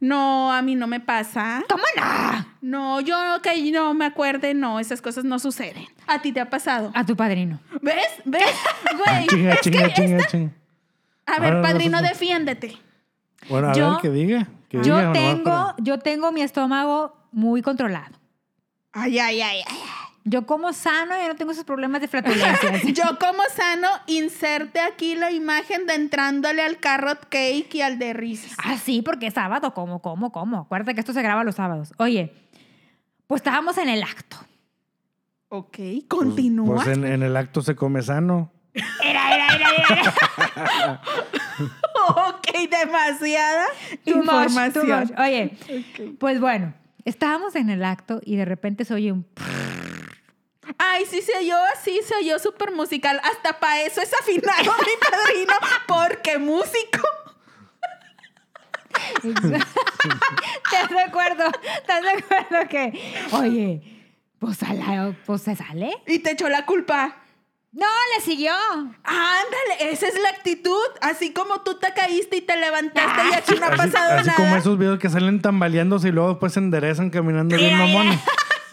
B: No, a mí no me pasa.
A: ¿Cómo no?
B: No, yo que no me acuerde, no, esas cosas no suceden. A ti te ha pasado.
A: A tu padrino.
B: ¿Ves? ¿Ves?
C: Ah,
B: Güey.
C: Chinga,
B: es que
C: chinga, chinga, chinga.
B: A ver,
C: Ahora,
B: padrino,
C: ahora,
B: defiéndete.
C: Bueno, a
A: Yo-
C: ver, que diga. que
A: yo
C: diga, nomás
A: tengo,
C: para-
A: yo tengo mi estómago muy controlado.
B: Ay, ay, ay, ay.
A: Yo como sano y no tengo esos problemas de flatulencias. *laughs*
B: *laughs* Yo como sano, inserte aquí la imagen de entrándole al carrot cake y al de risas.
A: Ah, sí, porque es sábado, como, como, como. Acuérdate que esto se graba los sábados. Oye, pues estábamos en el acto.
B: Ok,
C: Pues-
B: continúa.
C: Pues en, en el acto se come sano.
A: Era, era, era, era, era.
B: *laughs* ok, demasiada
A: Too much, too
B: información.
A: much. Oye,
B: Ok.
A: pues bueno, estábamos en el acto y de repente se oye un... *laughs*
B: Ay, sí se oyó así, se oyó súper musical. Hasta para eso es afinado, mi padrino, porque músico.
A: ¿Estás de acuerdo? ¿Estás de acuerdo que... Oye, pues, a la- pues se sale.
B: Y te echó la culpa.
A: No, le siguió.
B: Ándale, esa es la actitud. Así como tú te caíste y te levantaste y aquí no ha
C: así
B: pasado
C: así
B: nada.
C: como esos videos que salen tambaleándose y luego después se enderezan caminando bien
A: Mira, mira.
C: mamón.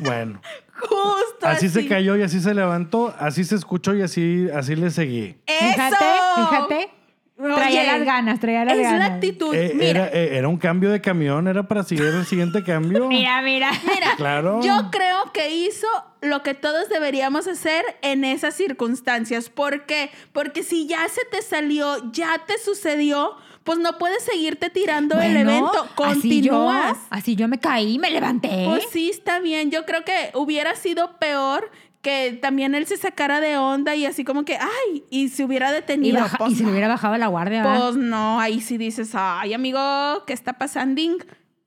C: Bueno,
B: Justo.
C: así se cayó y así se levantó, así se escuchó y así, así le seguí.
B: ¡Eso!
A: Fíjate, fíjate. Traía
B: Oye,
A: las ganas, traía las
B: Es
A: ganas.
B: la actitud.
C: Eh,
B: mira,
C: era, eh, era un cambio de camión, era para seguir
B: *laughs*
C: el siguiente cambio.
A: Mira, mira.
B: mira,
C: claro.
B: yo creo que hizo lo que todos deberíamos hacer en esas circunstancias. ¿Por qué? Porque si ya se te salió, ya te sucedió, pues no puedes seguirte tirando el
A: Bueno,
B: evento.
A: así yo-
B: Continúas.
A: Así yo, me caí, me levanté.
B: Pues sí, está bien. Yo creo que hubiera sido peor que también él se sacara de onda y así como que, ay, y se hubiera detenido.
A: y, baja-
B: pues,
A: y se le hubiera bajado la guardia. ¿verdad?
B: pues no, ahí sí dices, ay, amigo, ¿qué está pasando?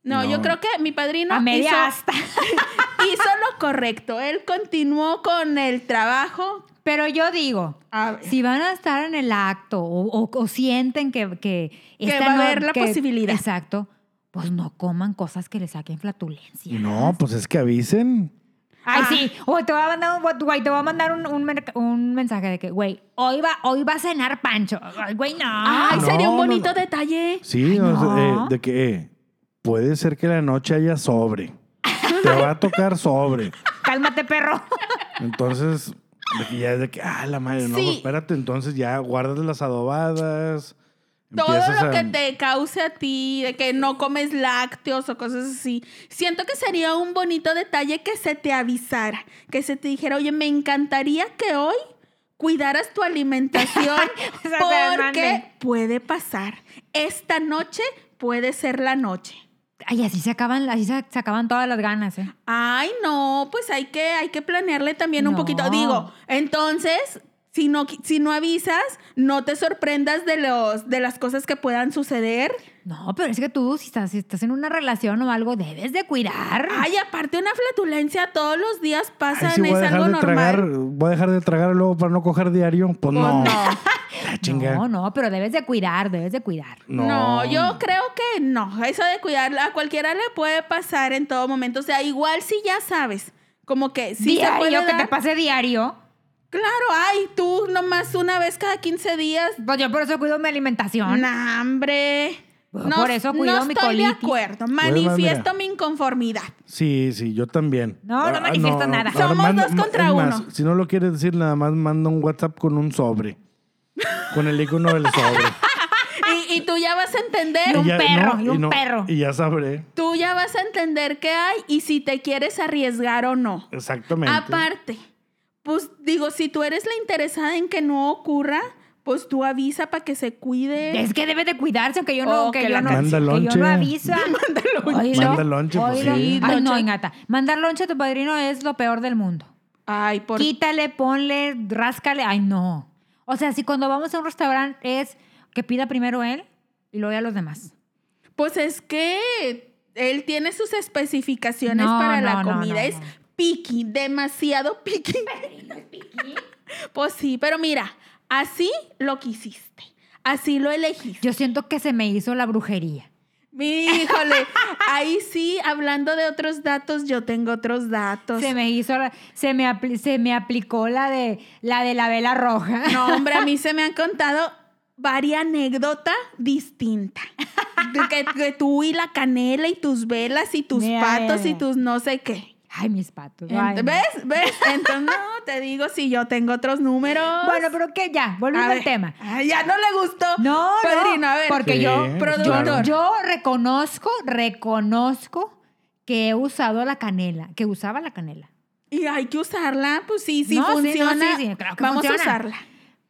B: No,
C: No.
B: yo creo que mi padrino
A: a media
B: hizo-
A: asta.
B: hizo *laughs* lo correcto. Él continuó con el trabajo.
A: *laughs* Pero yo digo,
B: A ver.
A: si van a estar en el acto o, o- o sienten que, que, esta
B: va a
A: no-
B: haber la
A: que-
B: posibilidad.
A: Exacto. Pues no coman cosas que les saquen flatulencia.
C: No, pues es que avisen.
A: Ay,
B: Ah.
A: sí. O te voy a mandar un, güey, te voy a mandar un, un merca- un mensaje de que, güey, hoy va, hoy va a cenar Pancho. Ay, güey, Ah, no.
B: Ay,
C: No,
B: sería un
C: no,
B: bonito
C: no.
B: detalle.
C: Sí,
A: Ay,
C: o sea,
A: no.
C: eh, de que eh, puede ser que la noche haya sobre. Te va a tocar sobre.
A: Cálmate, perro. *laughs*
C: Entonces, de que ya es de que, ah, la madre, no,
B: Sí.
C: pues, espérate. Entonces ya guardas las adobadas.
B: Todo
C: empiezas
B: lo
C: a-
B: que te cause a ti, de que no comes lácteos o cosas así. Siento que sería un bonito detalle que se te avisara, que se te dijera, oye, me encantaría que hoy cuidaras
A: *laughs*
B: tu alimentación
A: O sea, se
B: porque
A: manden.
B: puede pasar. Esta noche puede ser la noche.
A: Ay, así se acaban, así se, se acaban todas las ganas, ¿eh?
B: Ay, no, pues hay que, hay que planearle también un
A: No.
B: poquito. Digo, entonces, si no, qui- si no avisas, no te sorprendas de, los, de las cosas que puedan suceder.
A: No, pero es que tú, si estás, si estás en una relación o algo, debes de cuidar.
B: Ay, aparte una flatulencia todos los días
C: Ay,
B: pasan,
C: sí, voy
B: es
C: a dejar
B: algo
C: de
B: normal.
C: tragar, voy a dejar de tragar luego para no coger diario. Pues,
B: Pues
C: no.
B: no.
C: Ah, chinga.
A: No, no, pero debes de cuidar, debes de cuidar.
B: No. yo creo que no. Eso de cuidarla a cualquiera le puede pasar en todo momento. O sea, igual si ya sabes, como que sí se
A: diario,
B: puede
A: que te
B: dar.
A: pase diario.
B: Claro, ay, tú nomás una vez cada 15 días
A: Pues yo por eso cuido mi alimentación.
B: Nah, hombre.
A: Por eso cuido
B: no
A: mi
B: estoy de
A: colitis.
B: acuerdo.
C: Bueno,
B: Manifiesto
C: mira.
B: mi inconformidad.
C: Sí, sí, yo también. Ah,
A: No, no manifiestas nada.
C: ahora
B: Somos dos contra
C: es más,
B: uno.
C: si no lo quieres decir, nada más manda un WhatsApp con un sobre. Con el icono del sobre.
A: Ah.
B: Y, y tú ya vas a entender,
A: Y un
C: ya-
A: perro, y un perro.
C: Y ya sabré.
B: tú ya vas a entender qué hay y si te quieres arriesgar o no.
C: Exactamente.
B: Aparte, pues digo, si tú eres la interesada en que no ocurra, pues tú avisa para que se
A: *laughs*
B: cuide.
A: Es que debes de cuidarse, aunque yo no,
B: Oh,
A: que
B: que
A: yo
B: la
A: no,
C: Manda
A: que yo
C: lonche.
A: no avisa. Oílo,
C: Manda lonche, pues
A: oílo. Ay,
C: sí.
A: no,
B: Lonche.
A: engata. Mandar lonche a tu padrino es lo peor del mundo.
B: Ay, por
A: Quítale, ponle, ráscale. Ay, no. O sea, si cuando vamos a un restaurante es que pida primero él y luego ya los demás.
B: Pues es que él tiene sus especificaciones
A: No,
B: para la
A: no, no,
B: comida.
A: no,
B: es
A: no.
B: piqui, demasiado piqui. pues sí, pero mira, así lo quisiste. Así lo elegiste.
A: Yo siento que se me hizo la brujería.
B: Híjole, ahí sí, hablando de otros datos, yo tengo otros datos.
A: Se me hizo, la- se me, apli- se me aplicó la de, la de la vela roja.
B: No, hombre, a mí se me han contado varias anécdotas distintas. De Que, que tú y la canela y tus velas y tus
A: Mira,
B: patos
A: mira.
B: y tus no sé qué.
A: Ay, mis patos. Ay,
B: Ent-
A: no.
B: ¿Ves? ¿Ves? Entonces, no, te digo si yo tengo otros números.
A: Bueno, pero que ya,
B: A
A: volviendo al
B: ver.
A: tema.
B: Ay, ya no le gustó.
A: No, no,
B: Padrino, a ver.
A: porque
C: Sí,
A: yo,
C: pues
B: productor.
C: claro.
A: yo reconozco, reconozco que he usado la canela, que usaba la canela.
B: Y hay que usarla, pues sí, sí
A: No, sí, no,
B: funciona.
A: sí, sí, claro que
B: Vamos
A: funciona.
B: a usarla.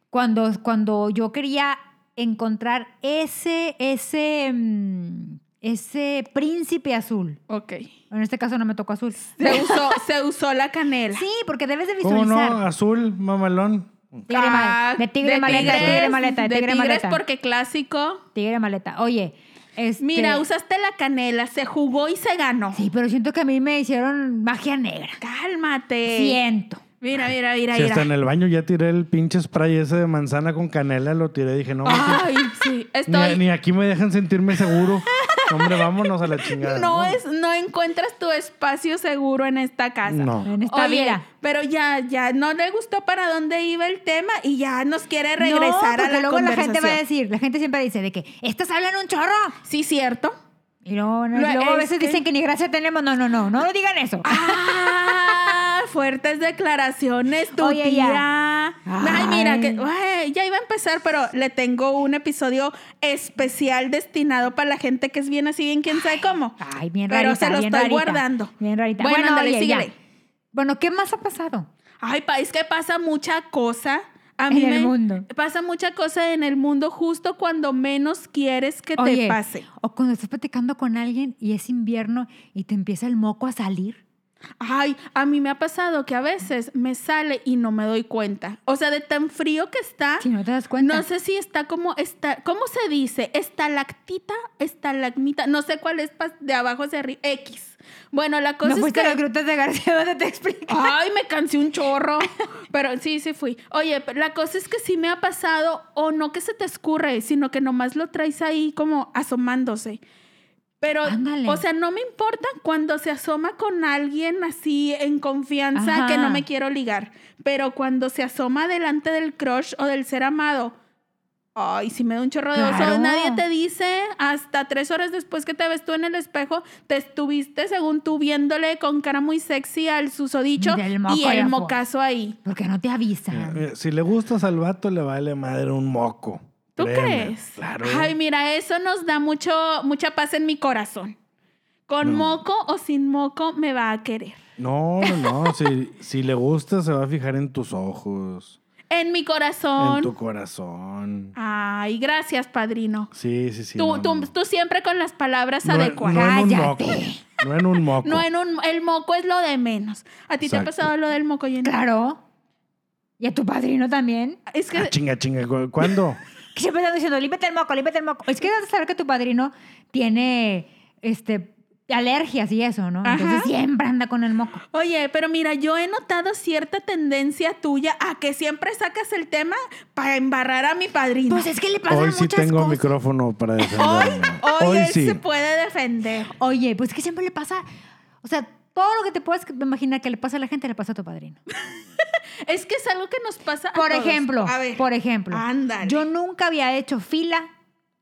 A: Cuando, cuando yo quería encontrar ese, ese, mm, ese príncipe azul.
B: Ok.
A: En este caso no me tocó azul.
B: Se usó, se usó la canela.
A: Sí, porque debes de
C: ¿Cómo
A: visualizar.
C: no? Azul, mamalón.
A: Tigre ma-
B: Ah,
A: de tigre maleta, de tigre
B: tigres,
A: maleta, de
B: de
A: tigre
B: tigres
A: maleta.
B: porque clásico.
A: Tigre maleta. Oye, este,
B: Mira, usaste la canela, se jugó y se ganó.
A: Sí, pero siento que a mí me hicieron magia negra.
B: Cálmate.
A: Siento.
B: Mira, mira, mira,
C: Si
B: mira.
C: hasta en el baño ya tiré el pinche spray ese de manzana con canela, lo tiré. Dije, no,
B: Ay, sí.
C: ni,
B: Estoy.
C: ni aquí me dejan sentirme seguro. Hombre, vámonos a la chingada.
B: No es, no encuentras tu espacio seguro en esta casa.
C: No.
A: En esta
B: Oye,
A: vida.
B: Pero ya, ya no le gustó para dónde iba el tema y ya nos quiere regresar
A: no,
B: a
A: porque
B: la
A: luego la
B: conversación.
A: gente va a decir, la gente siempre dice de que estas hablan un chorro.
B: Sí, cierto.
A: Y luego,
B: Lo-
A: luego a
B: es
A: veces
B: que-
A: dicen que ni gracia tenemos. No, no, no, no, no digan eso.
B: Ah, fuertes declaraciones, tu
A: Oye,
B: tía.
A: ya.
B: Ay, mira,
A: Ay.
B: que ay, ya iba a empezar, pero le tengo un episodio especial destinado para la gente que es bien así, bien quién sabe cómo.
A: Ay, bien
B: Pero
A: rarita.
B: se lo
A: bien
B: estoy
A: rarita,
B: guardando.
A: Bien rarita.
B: Bueno, ándale,
A: oye, ya.
B: síguele.
A: Bueno, ¿qué más ha pasado?
B: Ay, pa, es que pasa mucha cosa. A
A: En
B: mí
A: el
B: me-
A: mundo.
B: Pasa mucha cosa en el mundo justo cuando menos quieres que
A: Oye,
B: te pase.
A: O cuando estás platicando con alguien y es invierno y te empieza el moco a salir.
B: Ay, a mí me ha pasado que a veces me sale y no me doy cuenta. O sea, de tan frío que está,
A: Si no te das cuenta.
B: Ah, no sé si está como, está, ¿cómo se dice? Estalactita, estalagmita, no sé cuál es pas- de abajo hacia arriba, X. Bueno, la cosa
A: No
B: es
A: fuiste
B: que... Ah.
A: a las grutas de García donde te explica.
B: Ay, me cansé un chorro. Pero sí, sí fui. Oye, pe- la cosa es que sí me ha pasado, o no que se te escurre, sino que nomás lo traes ahí como asomándose. Pero,
A: Ándale.
B: o sea, no me importa cuando se asoma con alguien así en confianza
A: Ajá.
B: que no me quiero ligar. Pero cuando se asoma delante del crush o del ser amado, ay, si me da un chorro de oso.
A: Claro.
B: Nadie te dice hasta tres horas después que te ves tú en el espejo, te estuviste, según tú, viéndole con cara muy sexy al susodicho
A: Del moco
B: y
A: a la
B: el
A: fo-
B: mocazo ahí.
A: Porque no te
C: Mira,
A: avisan.
C: mira, Eh, si le gustas al vato, le vale madre un moco.
B: ¿Tú
C: Créeme.
B: crees?
C: Claro.
B: Ay, mira, eso nos da mucho, mucha paz en mi corazón. Con
C: No.
B: moco o sin moco me va a querer.
C: No, no, no. si, si le gusta, se va a fijar en tus ojos,
B: En mi
C: en
B: corazón.
C: tu corazón.
B: Ay, gracias, padrino.
C: Sí, sí, sí.
B: tú,
C: no,
B: tú-
C: no.
B: tú siempre con las palabras
C: No,
B: adecuadas.
C: No en un moco.
A: Cállate.
C: No en un moco.
B: No, en un, el moco es lo de menos. ¿A ti te ha
C: Exacto.
B: pasado lo del moco? Jenny?
A: Claro. Y a tu padrino también.
B: Es que
C: Ah, chinga, chinga.
B: *laughs*
C: ¿cu- ¿Cuándo?
A: Que siempre están diciendo, límpiate el moco, límpiate el moco. Es que das a saber que tu padrino tiene este, alergias y eso, ¿no? Entonces
B: Ajá.
A: siempre anda con el moco.
B: Oye, pero mira, yo he notado cierta tendencia tuya a que siempre sacas el tema para embarrar a mi padrino.
A: Pues es que le pasan
C: Hoy
A: muchas
C: sí tengo
A: cosas.
C: micrófono para defenderme.
B: Hoy, él
C: sí.
B: se puede defender.
A: Oye, pues es que siempre le pasa. O sea, todo lo que te puedas imaginar que le pasa a la gente le pasa a tu padrino.
B: Es que es algo que nos pasa a
A: Por
B: todos.
A: ejemplo,
B: A ver.
A: por ejemplo,
B: Ándale.
A: yo nunca había hecho fila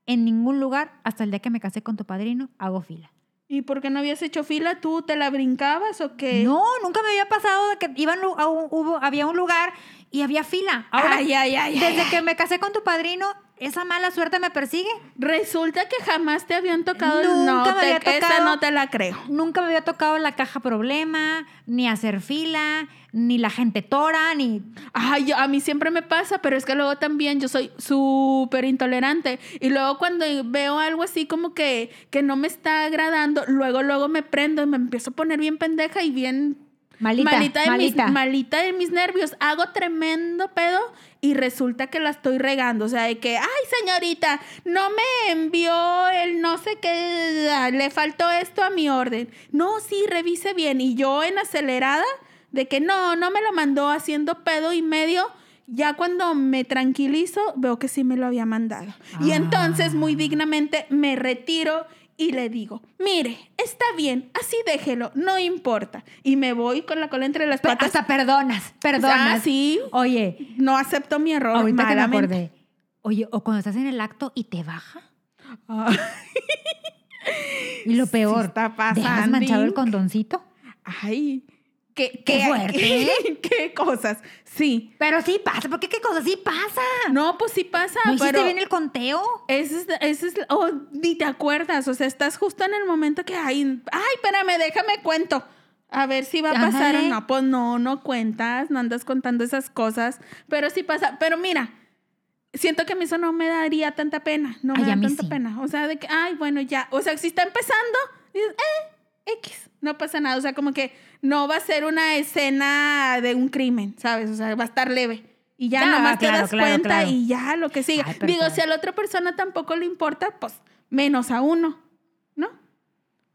A: en ningún lugar hasta el día que me casé con tu padrino, hago fila.
B: ¿Y por qué no habías hecho fila? ¿Tú te la brincabas o qué?
A: No, nunca me había pasado de que iban lu- a un- hubo, había un lugar y había fila. Ahora,
B: Ay, ay, ay, ay,
A: desde que me casé con tu padrino, esa mala suerte me persigue.
B: Resulta que jamás te habían tocado. no,
A: Nunca me
B: te-
A: había
B: esa
A: tocado.
B: no te la creo.
A: Nunca me había tocado la caja problema, ni hacer fila, ni la gente tora, ni
B: Ay, yo- a mí siempre me pasa, pero es que luego también yo soy súper intolerante. Y luego cuando veo algo así como que, que no me está agradando, luego, luego me prendo y me empiezo a poner bien pendeja y bien
A: malita, malita.
B: de, Mis, malita de mis nervios. Hago tremendo pedo y resulta que la estoy regando. O sea, de que, ay, señorita, no me envió el no sé qué, le faltó esto a mi orden. No, sí, revise bien. Y yo en acelerada, de que no, no me lo mandó haciendo pedo y medio. Ya cuando me tranquilizo, veo que sí me lo había mandado. Y
A: Ah.
B: entonces, muy dignamente, me retiro y le digo, mire, está bien, así déjelo, no importa. Y me voy con la cola entre las
A: Pe-
B: patas.
A: hasta perdonas, perdonas.
B: Ah, sí.
A: Oye,
B: No acepto mi error.
A: Ahorita que me
B: malamente.
A: acordé. Oye, o cuando estás en el acto y te baja.
B: Ah,
A: *laughs* Y lo
B: sí
A: peor,
B: está
A: ¿dejas manchado el
B: pasandín.
A: condoncito?
B: Ay, qué,
A: Qué fuerte,
B: *laughs* Qué, cosas. Sí.
A: Pero sí pasa, porque qué cosa sí pasa.
B: No, pues sí pasa,
A: Ah. ¿No hiciste
B: pero
A: bien el conteo?
B: Ese es, ese es, oh, ni te acuerdas, o sea, estás justo en el momento que, ay, ay, espérame, déjame cuento. A ver si va a pasar o
A: Ándale.
B: no. Pues no, no cuentas, no andas contando esas cosas, pero sí pasa. Pero mira, siento que a mí eso no me daría tanta pena, no me
A: Ay,
B: da
A: a mí
B: tanta
A: sí.
B: pena. O sea, de que, ay, bueno, ya, o sea, si está empezando, dices, eh, X, no pasa nada. O sea, como que no va a ser una escena de un crimen, ¿sabes? O sea, va a estar leve. Y ya
A: Ah,
B: nomás te
A: claro,
B: das
A: claro,
B: cuenta
A: claro.
B: y ya lo que sigue.
A: Ay, pero
B: Digo,
A: está
B: si a la otra persona tampoco le importa, pues menos a uno, ¿no?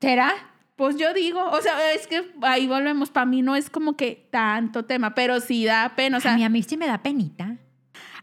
A: ¿Será?
B: Pues yo digo, o sea, es que ahí volvemos, para mí no es como que tanto tema, pero sí da pena, o sea,
A: a mí a mí sí me da penita.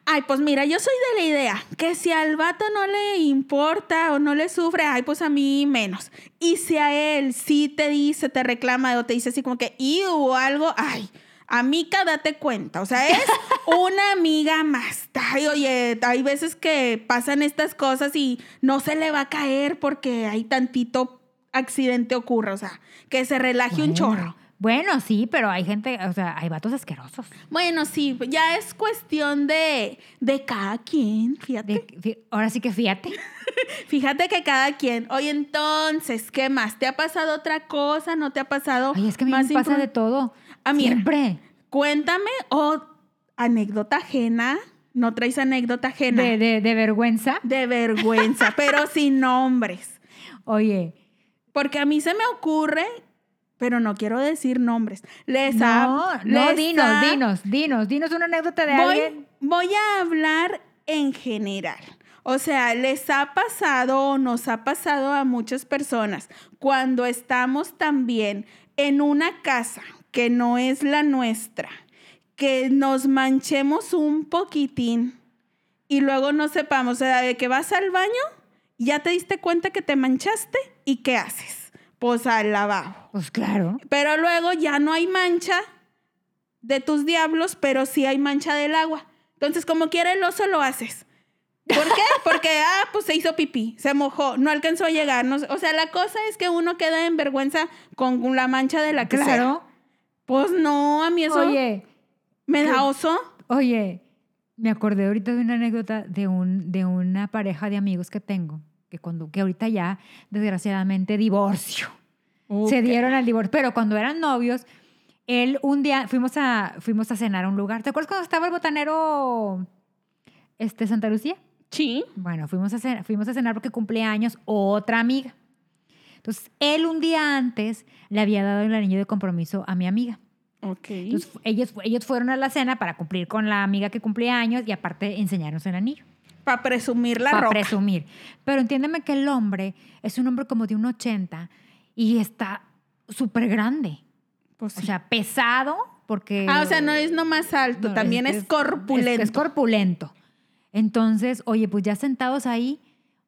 B: ay, pues mira, yo soy de la idea que si al vato no le importa o no le sufre, ay, pues a mí menos. Y si a él sí te dice, te reclama o te dice así como que, "Iu", o algo, ay, amiga, date cuenta. O sea, es una amiga más. Ay, oye, hay veces que pasan estas cosas y no se le va a caer porque hay tantito accidente ocurre, o sea, que se relaje un
A: Bueno,
B: chorro.
A: Bueno, sí, pero hay gente, o sea, hay vatos asquerosos.
B: Bueno, sí, ya es cuestión de, de cada quien, fíjate. *laughs*
A: De- fí- ahora sí que fíjate.
B: Fíjate que cada quien. Oye, entonces, ¿qué más? ¿Te ha pasado otra cosa? ¿No te ha pasado
A: Ay, es que a mí
B: más
A: me pasa
B: influ-
A: de todo.
B: Ah, mira.
A: Siempre.
B: Cuéntame o anécdota ajena. No traes anécdota ajena.
A: De,
B: De,
A: de- de vergüenza. *laughs*
B: vergüenza, pero sin nombres.
A: Oye,
B: Porque a mí se me ocurre, pero no quiero decir nombres. Les ha-
A: No, no,
B: les
A: dinos,
B: ha-
A: dinos, dinos, dinos una anécdota de
B: Voy,
A: alguien.
B: voy a hablar en general. O sea, les ha pasado o nos ha pasado a muchas personas cuando estamos también en una casa que no es la nuestra, que nos manchemos un poquitín y luego no sepamos, o sea, de que vas al baño, ya te diste cuenta que te manchaste y ¿qué haces? Pues al lavabo.
A: Pues claro.
B: Pero luego ya no hay mancha de tus diablos, pero sí hay mancha del agua. Entonces, como quiera el oso, lo haces. ¿Por *laughs* qué? Porque, ah, pues se hizo pipí, se mojó, no alcanzó a llegar. no sé. o sea, la cosa es que uno queda en vergüenza con la mancha de la que sea.
A: Claro.
B: Pues no, a mí eso
A: Oye,
B: me da oso.
A: Oye, me acordé ahorita de una anécdota de, un, de una pareja de amigos que tengo, que, cuando, que ahorita ya, desgraciadamente, divorcio. Se dieron al divorcio, pero cuando eran novios, él un día fuimos a, fuimos a cenar a un lugar. ¿Te acuerdas cuando estaba el botanero este, Santa Lucía?
B: Sí.
A: Bueno, fuimos a, cenar, fuimos a cenar porque cumplía años otra amiga. Entonces, él un día antes le había dado el anillo de compromiso a mi amiga.
B: Ok.
A: Entonces, fu- ellos, fu- ellos fueron a la cena para cumplir con la amiga que cumplía años y aparte enseñarnos el anillo.
B: Para presumir la
A: para
B: ropa.
A: presumir. Pero entiéndeme que el hombre es un hombre como de un 80 y está súper grande.
B: Pues sí.
A: O sea, pesado porque...
B: ah, o sea, no es nomás alto,
A: no,
B: también es, corpulento.
A: Es, es corpulento. Entonces, oye, pues ya sentados ahí,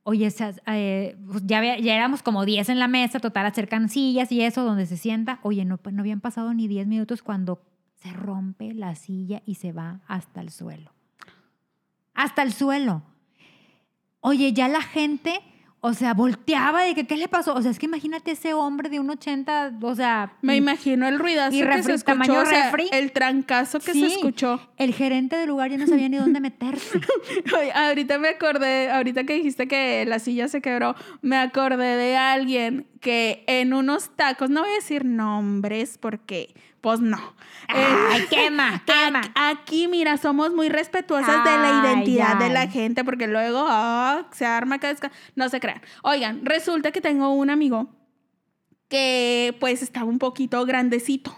A: oye, esas, eh, pues ya, había- ya éramos como 10 en la mesa, total, acercan sillas y eso, donde se sienta. Oye, no, no habían pasado ni 10 minutos cuando se rompe la silla y se va hasta el suelo. Hasta el suelo. Oye, ya la gente, o sea, volteaba de que, ¿qué le pasó? O sea, es que imagínate ese hombre de un 80, o sea...
B: Me
A: y-
B: imagino el
A: Mm.
B: ruidazo
A: y
B: que se
A: refri-
B: escuchó,
A: tamaño
B: o sea,
A: refri.
B: el trancazo que se
A: Sí.
B: escuchó.
A: *laughs* El gerente del lugar ya no sabía ni
B: *laughs*
A: dónde meterse.
B: Ay, ahorita me acordé, ahorita que dijiste que la silla se quebró, me acordé de alguien que en unos tacos, no voy a decir nombres porque, pues no. Eh,
A: ¡Ay, quema, quema!
B: ac- Aquí, mira, somos muy respetuosas de la
A: Ay,
B: identidad de
A: ay.
B: la gente porque luego ah, se arma cada esca- No se crean. Oigan, resulta que tengo un amigo que pues estaba un poquito grandecito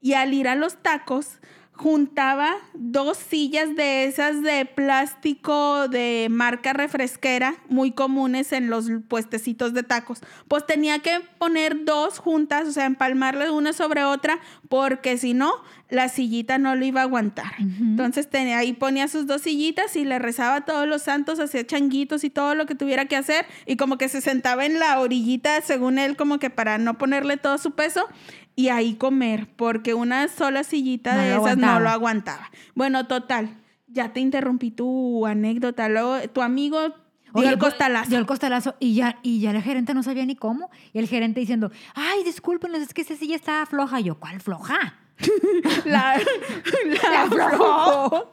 B: y al ir a los tacos juntaba dos sillas de esas de plástico de marca refresquera muy comunes en los puestecitos de tacos. Pues tenía que poner dos juntas, o sea, empalmarlas una sobre otra porque si no la sillita no lo iba a aguantar.
A: Ujú.
B: Entonces tenía, ahí ponía sus dos sillitas y le rezaba a todos los santos, hacía changuitos y todo lo que tuviera que hacer y como que se sentaba en la orillita, según él, como que para no ponerle todo su peso y ahí comer, porque una sola sillita
A: No lo
B: de esas no
A: aguantaba.
B: lo aguantaba. Bueno, total, ya te interrumpí tu anécdota, luego tu amigo dio
A: Oye,
B: el
A: pues,
B: costalazo.
A: Dio el costalazo y ya, y ya la gerente no sabía ni cómo. Y el gerente diciendo, ay, discúlpenos, es que esa silla está floja. Y yo, ¿cuál
B: *laughs*
A: floja?
B: La,
A: *laughs*
B: la aflojó.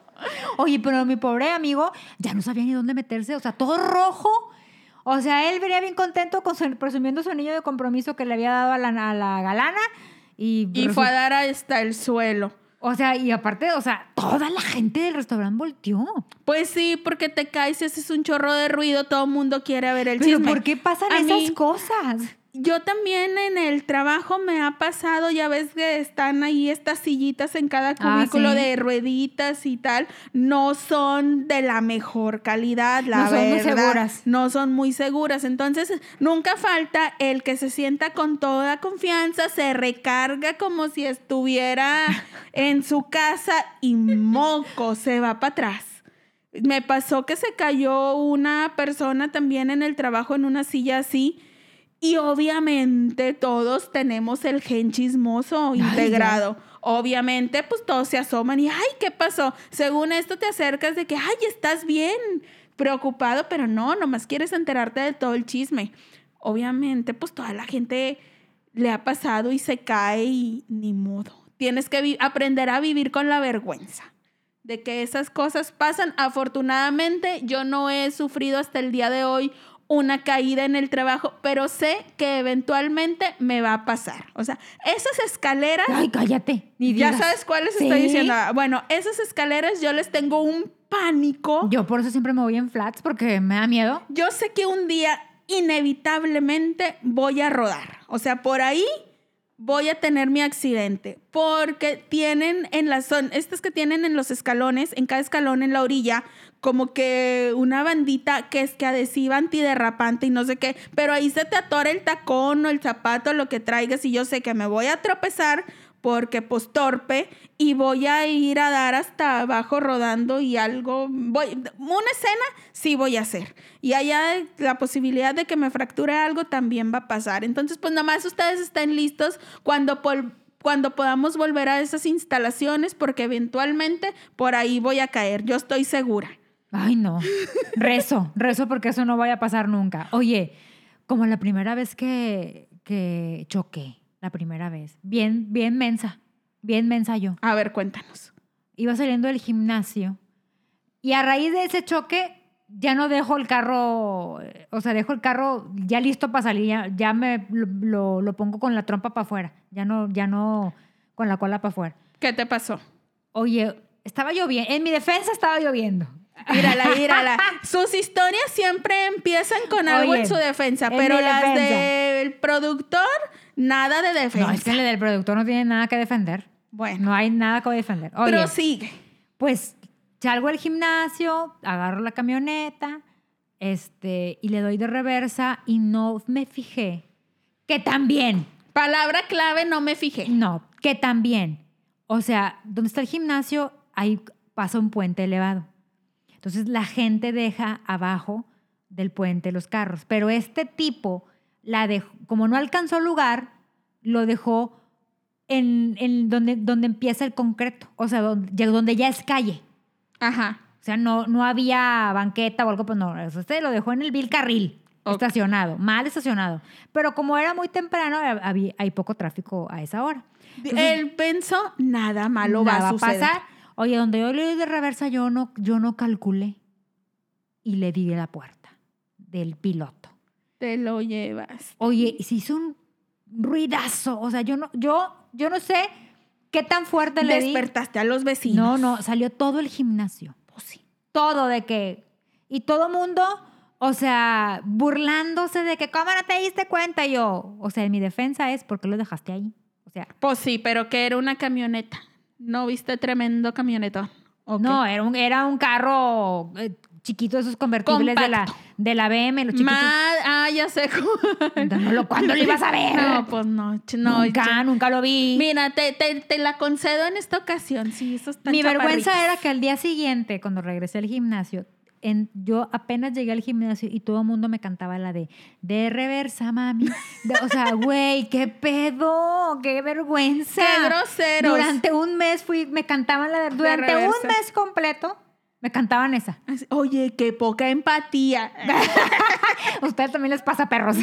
A: Oye, pero mi pobre amigo ya no sabía ni dónde meterse. O sea, todo rojo. O sea, él venía bien contento con su- presumiendo su anillo de compromiso que le había dado a la, a la galana. Y,
B: Y fue a dar hasta el suelo.
A: O sea, y aparte, o sea, toda la gente del restaurante volteó.
B: Pues sí, porque te caes, haces un chorro de ruido, todo el mundo quiere ver el
A: Pero
B: chisme.
A: ¿por qué pasan
B: A
A: esas
B: mí-
A: cosas?
B: Yo también en el trabajo me ha pasado, ya ves que están ahí estas sillitas en cada
A: Ah,
B: cubículo
A: sí.
B: de rueditas y tal, no son de la mejor calidad, la
A: No son muy
B: verdad.
A: seguras.
B: No son muy seguras, entonces nunca falta el que se sienta con toda confianza, se recarga como si
A: *laughs*
B: estuviera en su casa y moco se va para atrás. Me pasó que se cayó una persona también en el trabajo en una silla así. Y obviamente todos tenemos el gen chismoso
A: ya.
B: integrado. Obviamente, pues todos se asoman y, ay, ¿qué pasó? Según esto te acercas de que, ay, estás bien, preocupado, pero no, nomás quieres enterarte de todo el chisme. Obviamente, pues toda la gente le ha pasado y se cae y ni modo. Tienes que vi- aprender a vivir con la vergüenza de que esas cosas pasan. Afortunadamente, yo no he sufrido hasta el día de hoy una caída en el trabajo, pero sé que eventualmente me va a pasar. O sea, esas escaleras,
A: Ay, cállate. Ni
B: ya
A: digas.
B: sabes cuáles
A: Sí.
B: estoy diciendo. Ah, Bueno, esas escaleras yo les tengo un pánico. Yo,
A: Yo por eso siempre me voy en flats porque me da miedo.
B: sé que un día inevitablemente voy a rodar. O sea, por ahí voy a tener mi accidente. Porque tienen en las son, estas que tienen en los escalones, en cada escalón en la orilla, como que una bandita que es que adhesiva antiderrapante y no sé qué, pero ahí se te atora el tacón o el zapato, lo que traigas, y yo sé que me voy a tropezar porque pues torpe y voy a ir a dar hasta abajo rodando y algo, voy, una escena sí voy a hacer. Y allá la posibilidad de que me fracture algo también va a pasar. Entonces pues nada más ustedes estén listos cuando, pol- cuando podamos volver a esas instalaciones porque eventualmente por ahí voy a caer, yo estoy segura.
A: Ay, no. Rezo, rezo porque eso no vaya a pasar nunca. Oye, como la primera vez que, que choqué, la primera vez, bien, bien mensa, bien mensa yo.
B: A ver, cuéntanos.
A: Iba saliendo del gimnasio y a raíz de ese choque ya no dejo el carro, eh, o sea, dejo el carro ya listo para salir, ya, ya me lo, lo- lo pongo con la trompa para afuera, ya no, ya no con la cola para afuera.
B: ¿Qué te pasó?
A: Oye, estaba lloviendo, en mi defensa estaba lloviendo. *laughs*
B: Mírala, mírala. Sus historias siempre empiezan con algo
A: Oye,
B: en su defensa,
A: en
B: pero
A: mi
B: las
A: defensa.
B: del productor, nada de defensa.
A: No, es que el del productor no tiene nada que defender.
B: Bueno,
A: No hay nada que defender. Oye,
B: pero sigue.
A: pues salgo al gimnasio, agarro la camioneta, este, y le doy de reversa y no me fijé que también,
B: Palabra clave, no me fijé.
A: no, que también, o sea, donde está el gimnasio, ahí pasa un puente elevado. Entonces la gente deja abajo del puente los carros, pero este tipo la dejó, como no alcanzó lugar, lo dejó en, en donde, donde empieza el concreto, o sea, donde- ya- donde ya es calle.
B: Ajá.
A: O sea, no, no había banqueta o algo, pues no, eso usted lo dejó en el vil carril,
B: Ok.
A: estacionado, mal estacionado. Pero como era muy temprano, hab- había, hay poco tráfico a esa hora.
B: Él pensó, nada malo
A: Nada
B: Ah, va a suceder.
A: pasar. Oye, donde yo le doy de reversa, yo no, yo no calculé y le di de la puerta del piloto.
B: Te lo llevas.
A: Oye, y se hizo un ruidazo. O sea, yo no, yo, yo no sé qué tan fuerte le di.
B: Despertaste a los
A: No,
B: vecinos.
A: no, salió todo el gimnasio.
B: Oh,
A: Todo de que. Y todo mundo, o sea, burlándose de que, ¿cómo no te diste cuenta? Y yo, o sea, mi defensa es, ¿por qué lo dejaste ahí? O sea,
B: Pues sí, pero que era una camioneta. ¿No viste tremendo camionetón? Ok.
A: no, era un, era un carro eh, chiquito de esos convertibles de la, de la BM, los chiquitos.
B: Ma- ah, ya sé. *laughs* cuál.
A: No lo- ¿Cuándo lo ibas a ver?
B: *laughs* No, pues no. ch- no
A: nunca,
B: ch-
A: nunca lo vi.
B: Mira, te, te- te la concedo en esta ocasión. Sí, eso está
A: Mi vergüenza era que al día siguiente, cuando regresé al gimnasio, en- yo apenas llegué al gimnasio y todo el mundo me cantaba la de de reversa, mami. De- o
B: *laughs*
A: sea, güey, qué pedo, qué vergüenza.
B: ¡Qué groseros!
A: Durante un mes fui, me cantaban la de, durante
B: reversa.
A: un mes completo, me cantaban esa.
B: Así, Oye, qué
A: *laughs*
B: poca empatía.
A: A ustedes también les pasa
B: *laughs*
A: perros.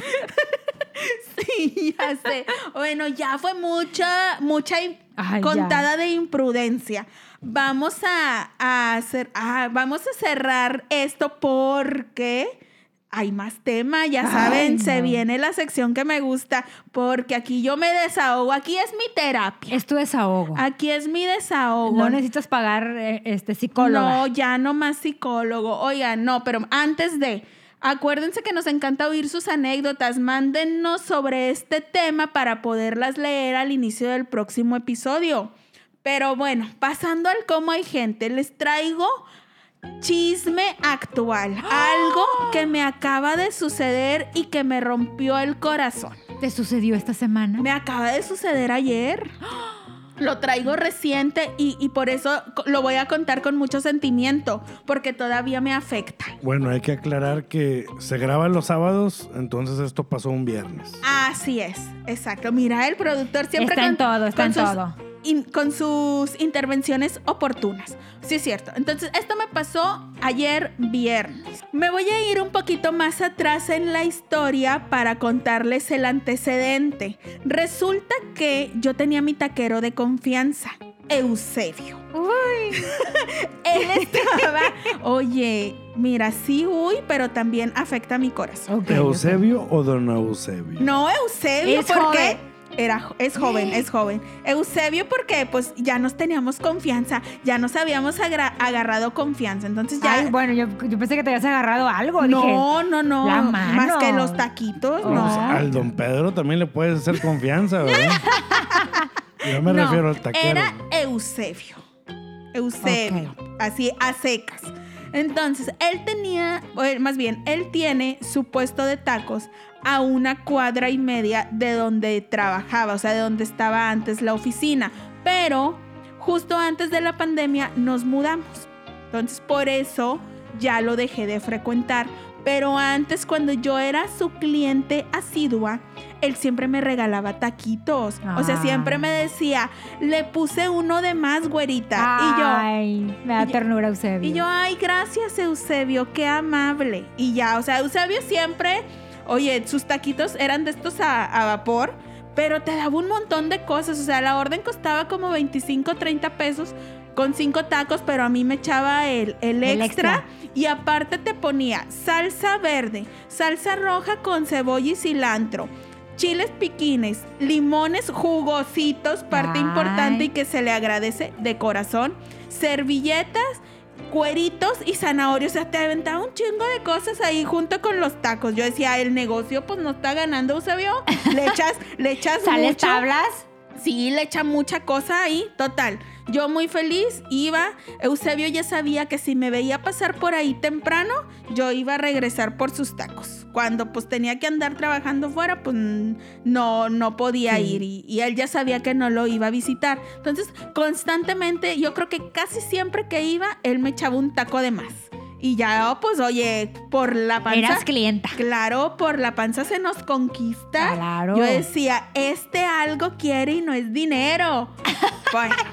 B: sí, *laughs* ya sé. Bueno, ya fue mucha, mucha im-
A: Ay, ya.
B: contada de imprudencia. Vamos a, a hacer, ah, vamos a cerrar esto porque hay más tema. Ya
A: Ay,
B: saben, se
A: no.
B: viene la sección que me gusta porque aquí yo me desahogo. Aquí es mi terapia.
A: Es tu desahogo.
B: Aquí es mi desahogo.
A: No necesitas pagar eh, este psicólogo.
B: No, ya no más psicólogo. Oigan, no, pero antes de, acuérdense que nos encanta oír sus anécdotas. Mándennos sobre este tema para poderlas leer al inicio del próximo episodio. Pero bueno, pasando al cómo hay gente, les traigo chisme actual. Algo que me acaba de suceder y que me rompió el corazón.
A: ¿Te sucedió esta semana?
B: Me acaba de suceder ayer. Lo traigo reciente y, y por eso co- lo voy a contar con mucho sentimiento, porque todavía me afecta.
C: Bueno, hay que aclarar que se graba los sábados, entonces esto pasó un viernes.
B: Ah, Así es, exacto. Mira, el productor siempre
A: Está en todo, está en
B: sus
A: todo.
B: in- con sus intervenciones oportunas. Sí, es cierto. Entonces, esto me pasó ayer viernes. Me voy a ir un poquito más atrás en la historia para contarles el antecedente. Resulta que yo tenía mi taquero de confianza, Eusebio. *laughs* Él estaba, oye, mira, sí, uy, pero también afecta mi corazón.
A: Ok, ok.
C: ¿Eusebio o don Eusebio?
B: No, Eusebio,
A: Es
B: porque
A: joven.
B: Era, jo- es joven, es joven. Eusebio, porque pues ya nos teníamos confianza, ya nos habíamos agra- agarrado confianza. Entonces ya.
A: Ay, bueno, yo, yo pensé que te habías agarrado algo. dije,
B: no, no, no.
A: la mano.
B: Más que los taquitos,
A: No,
C: No, pues,
B: no.
C: al don Pedro también le puedes hacer confianza, ¿verdad? Yo me
B: No,
C: refiero al taquero.
B: Era Eusebio. Eusebio. Así, a secas. Entonces, él tenía, o él- más bien, él tiene su puesto de tacos a una cuadra y media de donde trabajaba, o sea, de donde estaba antes la oficina. Pero justo antes de la pandemia nos mudamos. Entonces, por eso ya lo dejé de frecuentar. Pero antes, cuando yo era su cliente asidua, él siempre me regalaba taquitos. O sea,
A: Ah.
B: siempre me decía, le puse uno de más, güerita. Y yo,
A: Ay, me da
B: y yo-
A: ternura Eusebio.
B: y yo, ay, gracias Eusebio, qué amable. Y ya, o sea, Eusebio siempre, oye, sus taquitos eran de estos a, a vapor, pero te daba un montón de cosas. O sea, la orden costaba como 25, 30 pesos con cinco tacos, pero a mí me echaba el, el,
A: El
B: extra, Y aparte te ponía salsa verde, salsa roja con cebolla y cilantro. Chiles piquines, limones jugositos, parte
A: Ay.
B: importante y que se le agradece de corazón, servilletas cueritos y zanahorios. O sea, te aventaba un chingo de cosas ahí junto con los tacos. Yo decía, el negocio pues no está ganando, Eusebio. Le echas,
A: *laughs*
B: le echas
A: ¿Sales
B: mucho.
A: tablas?
B: Sí, le echa mucha cosa ahí. Total. Yo muy feliz iba. Eusebio ya sabía que si me veía pasar por ahí temprano, yo iba a regresar por sus tacos. Cuando pues tenía que andar trabajando fuera, pues mm, no, no podía
A: Sí.
B: ir. Y, y él ya sabía que no lo iba a visitar. Entonces, constantemente, yo creo que casi siempre que iba, él me echaba un taco de más. Y ya, oh, pues oye, por la panza.
A: Eras clienta.
B: Claro, por la panza se nos conquista.
A: Claro.
B: Yo decía, este algo quiere y no es dinero.
A: *laughs* Pues.
B: Bueno,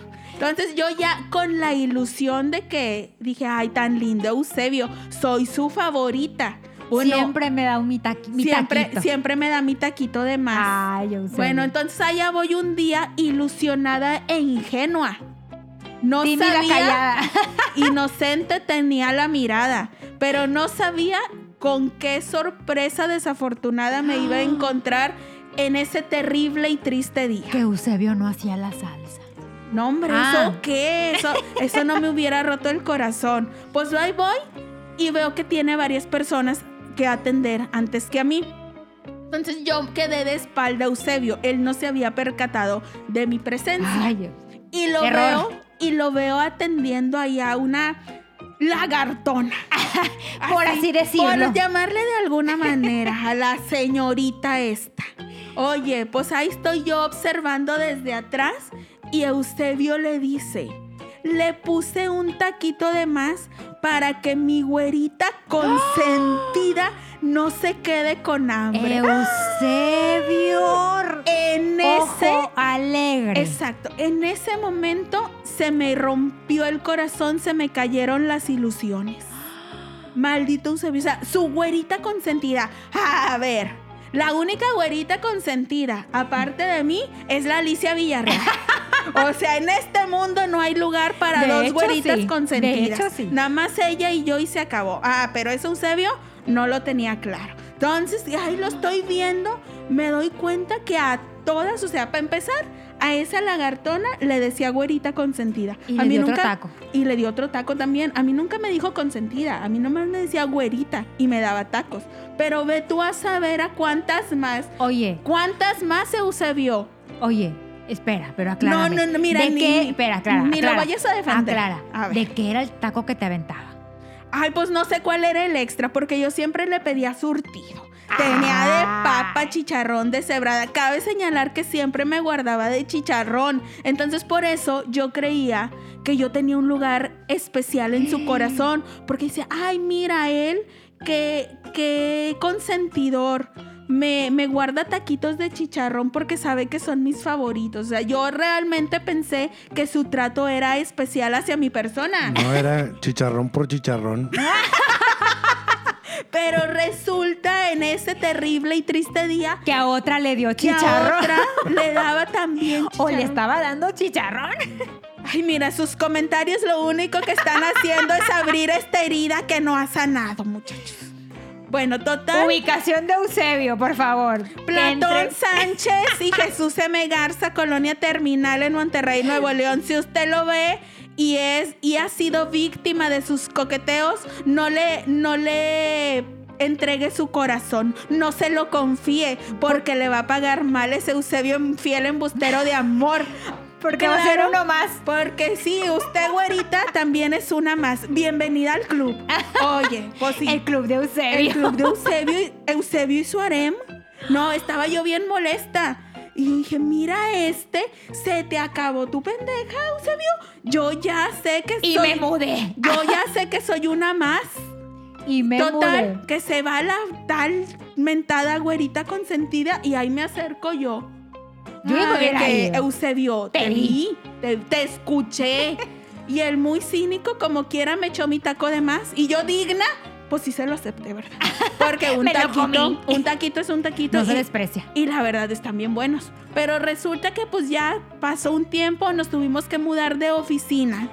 B: entonces yo ya con la ilusión de que dije, ay, tan lindo Eusebio, soy su favorita. Bueno,
A: siempre me da un mi, taqui- mi
B: siempre,
A: taquito. Ah,
B: siempre me da mi taquito de más.
A: Ay, Eusebio.
B: Bueno, entonces allá voy un día ilusionada e ingenua. No
A: Tímida,
B: sabía
A: callada. *laughs*
B: inocente tenía la mirada, pero no sabía con qué sorpresa desafortunada me iba a encontrar en ese terrible y triste día.
A: Que Eusebio no hacía la salsa.
B: No, hombre,
A: Ah.
B: ¿eso qué? Eso, eso no me hubiera roto el corazón. Pues ahí voy y veo que tiene varias personas que atender antes que a mí. Entonces yo quedé de espalda a Eusebio. Él no se había percatado de mi presencia.
A: Ay, Eusebio.
B: Y lo
A: Error.
B: veo, y lo veo atendiendo ahí a una
A: *laughs*
B: lagartona.
A: Por así decirlo.
B: Por llamarle de alguna manera a la señorita esta. Oye, pues ahí estoy yo observando desde atrás y Eusebio le dice, le puse un taquito de más para que
A: *gasps*
B: mi güerita consentida no se quede con
A: Eh,
B: hambre.
A: Eusebio.
B: En ese
A: Ojo alegre.
B: Exacto. En ese momento se me rompió el corazón, se me cayeron las ilusiones. Maldito Eusebio. O sea, su güerita consentida. A ver, la única güerita consentida, aparte de mí, es la
A: *laughs*
B: Alicia Villarreal. O sea, en este mundo no hay lugar para
A: De
B: dos
A: hecho,
B: güeritas
A: sí.
B: consentidas.
A: De hecho, sí.
B: Nada más ella y yo y se acabó. Ah, pero ese Eusebio no lo tenía claro. Entonces, y ahí lo estoy viendo, me doy cuenta que a todas, o sea, para empezar, a esa lagartona le decía güerita consentida.
A: Y
B: a
A: le dio otro taco.
B: Y le dio otro taco también. A mí nunca me dijo consentida. A mí nomás me decía güerita y me daba tacos. Pero ve tú a saber a cuántas más.
A: Oye,
B: ¿Cuántas más Eusebio?
A: oye, espera, pero aclara.
B: No, no, no, mira,
A: ¿De
B: ni-
A: qué?
B: ni-
A: Espera, aclara.
B: ni lo
A: aclara.
B: vayas a defender.
A: Aclara.
B: A ver.
A: ¿De qué era el taco que te aventaba?
B: Ay, pues no sé cuál era el extra, porque yo siempre le pedía surtido. Tenía de papa, chicharrón, de cebrada. Cabe señalar que siempre me guardaba de chicharrón. Entonces, por eso yo creía que yo tenía un lugar especial en su corazón. Porque dice, ay, mira él, qué, qué consentidor. Me, me guarda taquitos de chicharrón porque sabe que son mis favoritos. O sea, yo realmente pensé que su trato era especial hacia mi persona.
C: No era chicharrón por chicharrón.
B: Pero resulta en ese terrible y triste día
A: Que a otra le dio
B: que a
A: chicharrón.
B: otra le daba también
A: *laughs* O le
B: chicharrón.
A: estaba dando chicharrón.
B: Ay, mira, sus comentarios lo único que están haciendo es abrir esta herida que no ha sanado, muchachos. Bueno, total.
A: Ubicación de Eusebio, por favor.
B: Platón
A: Entre- *laughs*
B: Sánchez y Jesús M. Garza, Colonia Terminal en Monterrey, Nuevo León. Si usted lo ve y es y ha sido víctima de sus coqueteos, no le, no le entregue su corazón, no se lo confíe, porque le va a pagar mal ese Eusebio infiel embustero de amor.
A: Porque va a ser
B: Claro,
A: uno más.
B: Porque sí, usted, güerita, también es una más. Bienvenida
A: *laughs*
B: al club. Oye, pues sí.
A: El club de Eusebio.
B: El club
A: *laughs*
B: de Eusebio y, Eusebio y su harem. No, estaba yo bien molesta. Y dije, mira este, se te acabó tu pendeja, Eusebio. Yo ya sé que
A: Y
B: soy...
A: me mudé.
B: Yo ya sé que soy una más.
A: Y me
B: Total,
A: mudé.
B: que se va la tal mentada güerita consentida y ahí me acerco yo.
A: Yo me
B: Ah, de
A: hubiera
B: que,
A: ido.
B: Eusebio, te,
A: Te
B: vi, te, te escuché. y el muy cínico, como quiera, me echó mi taco de más. Y yo digna, pues sí se lo acepté,
A: *laughs*
B: ¿verdad? Porque un
A: Me lo
B: taquito,
A: comí.
B: un taquito es un taquito.
A: No se
B: y-
A: desprecia.
B: y la verdad están bien buenos. Pero resulta que pues ya pasó un tiempo, nos tuvimos que mudar de oficina.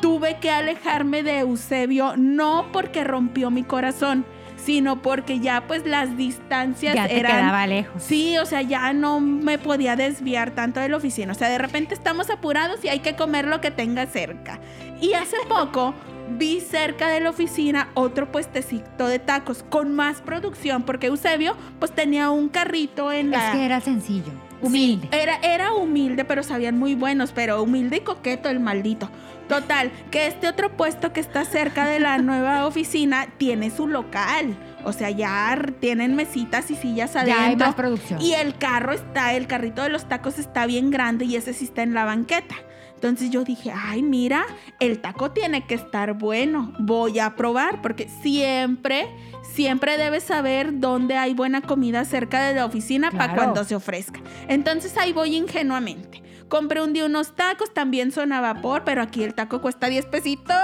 B: Tuve que alejarme de Eusebio, no porque rompió mi corazón, sino porque ya pues las distancias
A: Ya te
B: eran...
A: quedaba lejos.
B: Sí, o sea, ya no me podía desviar tanto de la oficina. O sea, de repente estamos apurados y hay que comer lo que tenga cerca. Y hace poco vi cerca de la oficina otro puestecito de tacos con más producción, porque Eusebio pues tenía un carrito en la...
A: Es que era sencillo. Humilde.
B: Era, era humilde, pero sabían muy buenos, pero humilde y coqueto el maldito. Total, que este otro puesto que está cerca
A: *laughs*
B: de la nueva oficina tiene su local. O sea, ya r- tienen mesitas y sillas adentro.
A: ya hay más producción.
B: Y el carro está, el carrito de los tacos está bien grande y ese sí está en la banqueta. Entonces yo dije, ay, mira, el taco tiene que estar bueno. Voy a probar porque siempre, siempre debes saber dónde hay buena comida cerca de la oficina para
A: Claro.
B: cuando se ofrezca. Entonces ahí voy ingenuamente. Compré un día unos tacos, también son a vapor, pero aquí el taco cuesta 10 pesitos.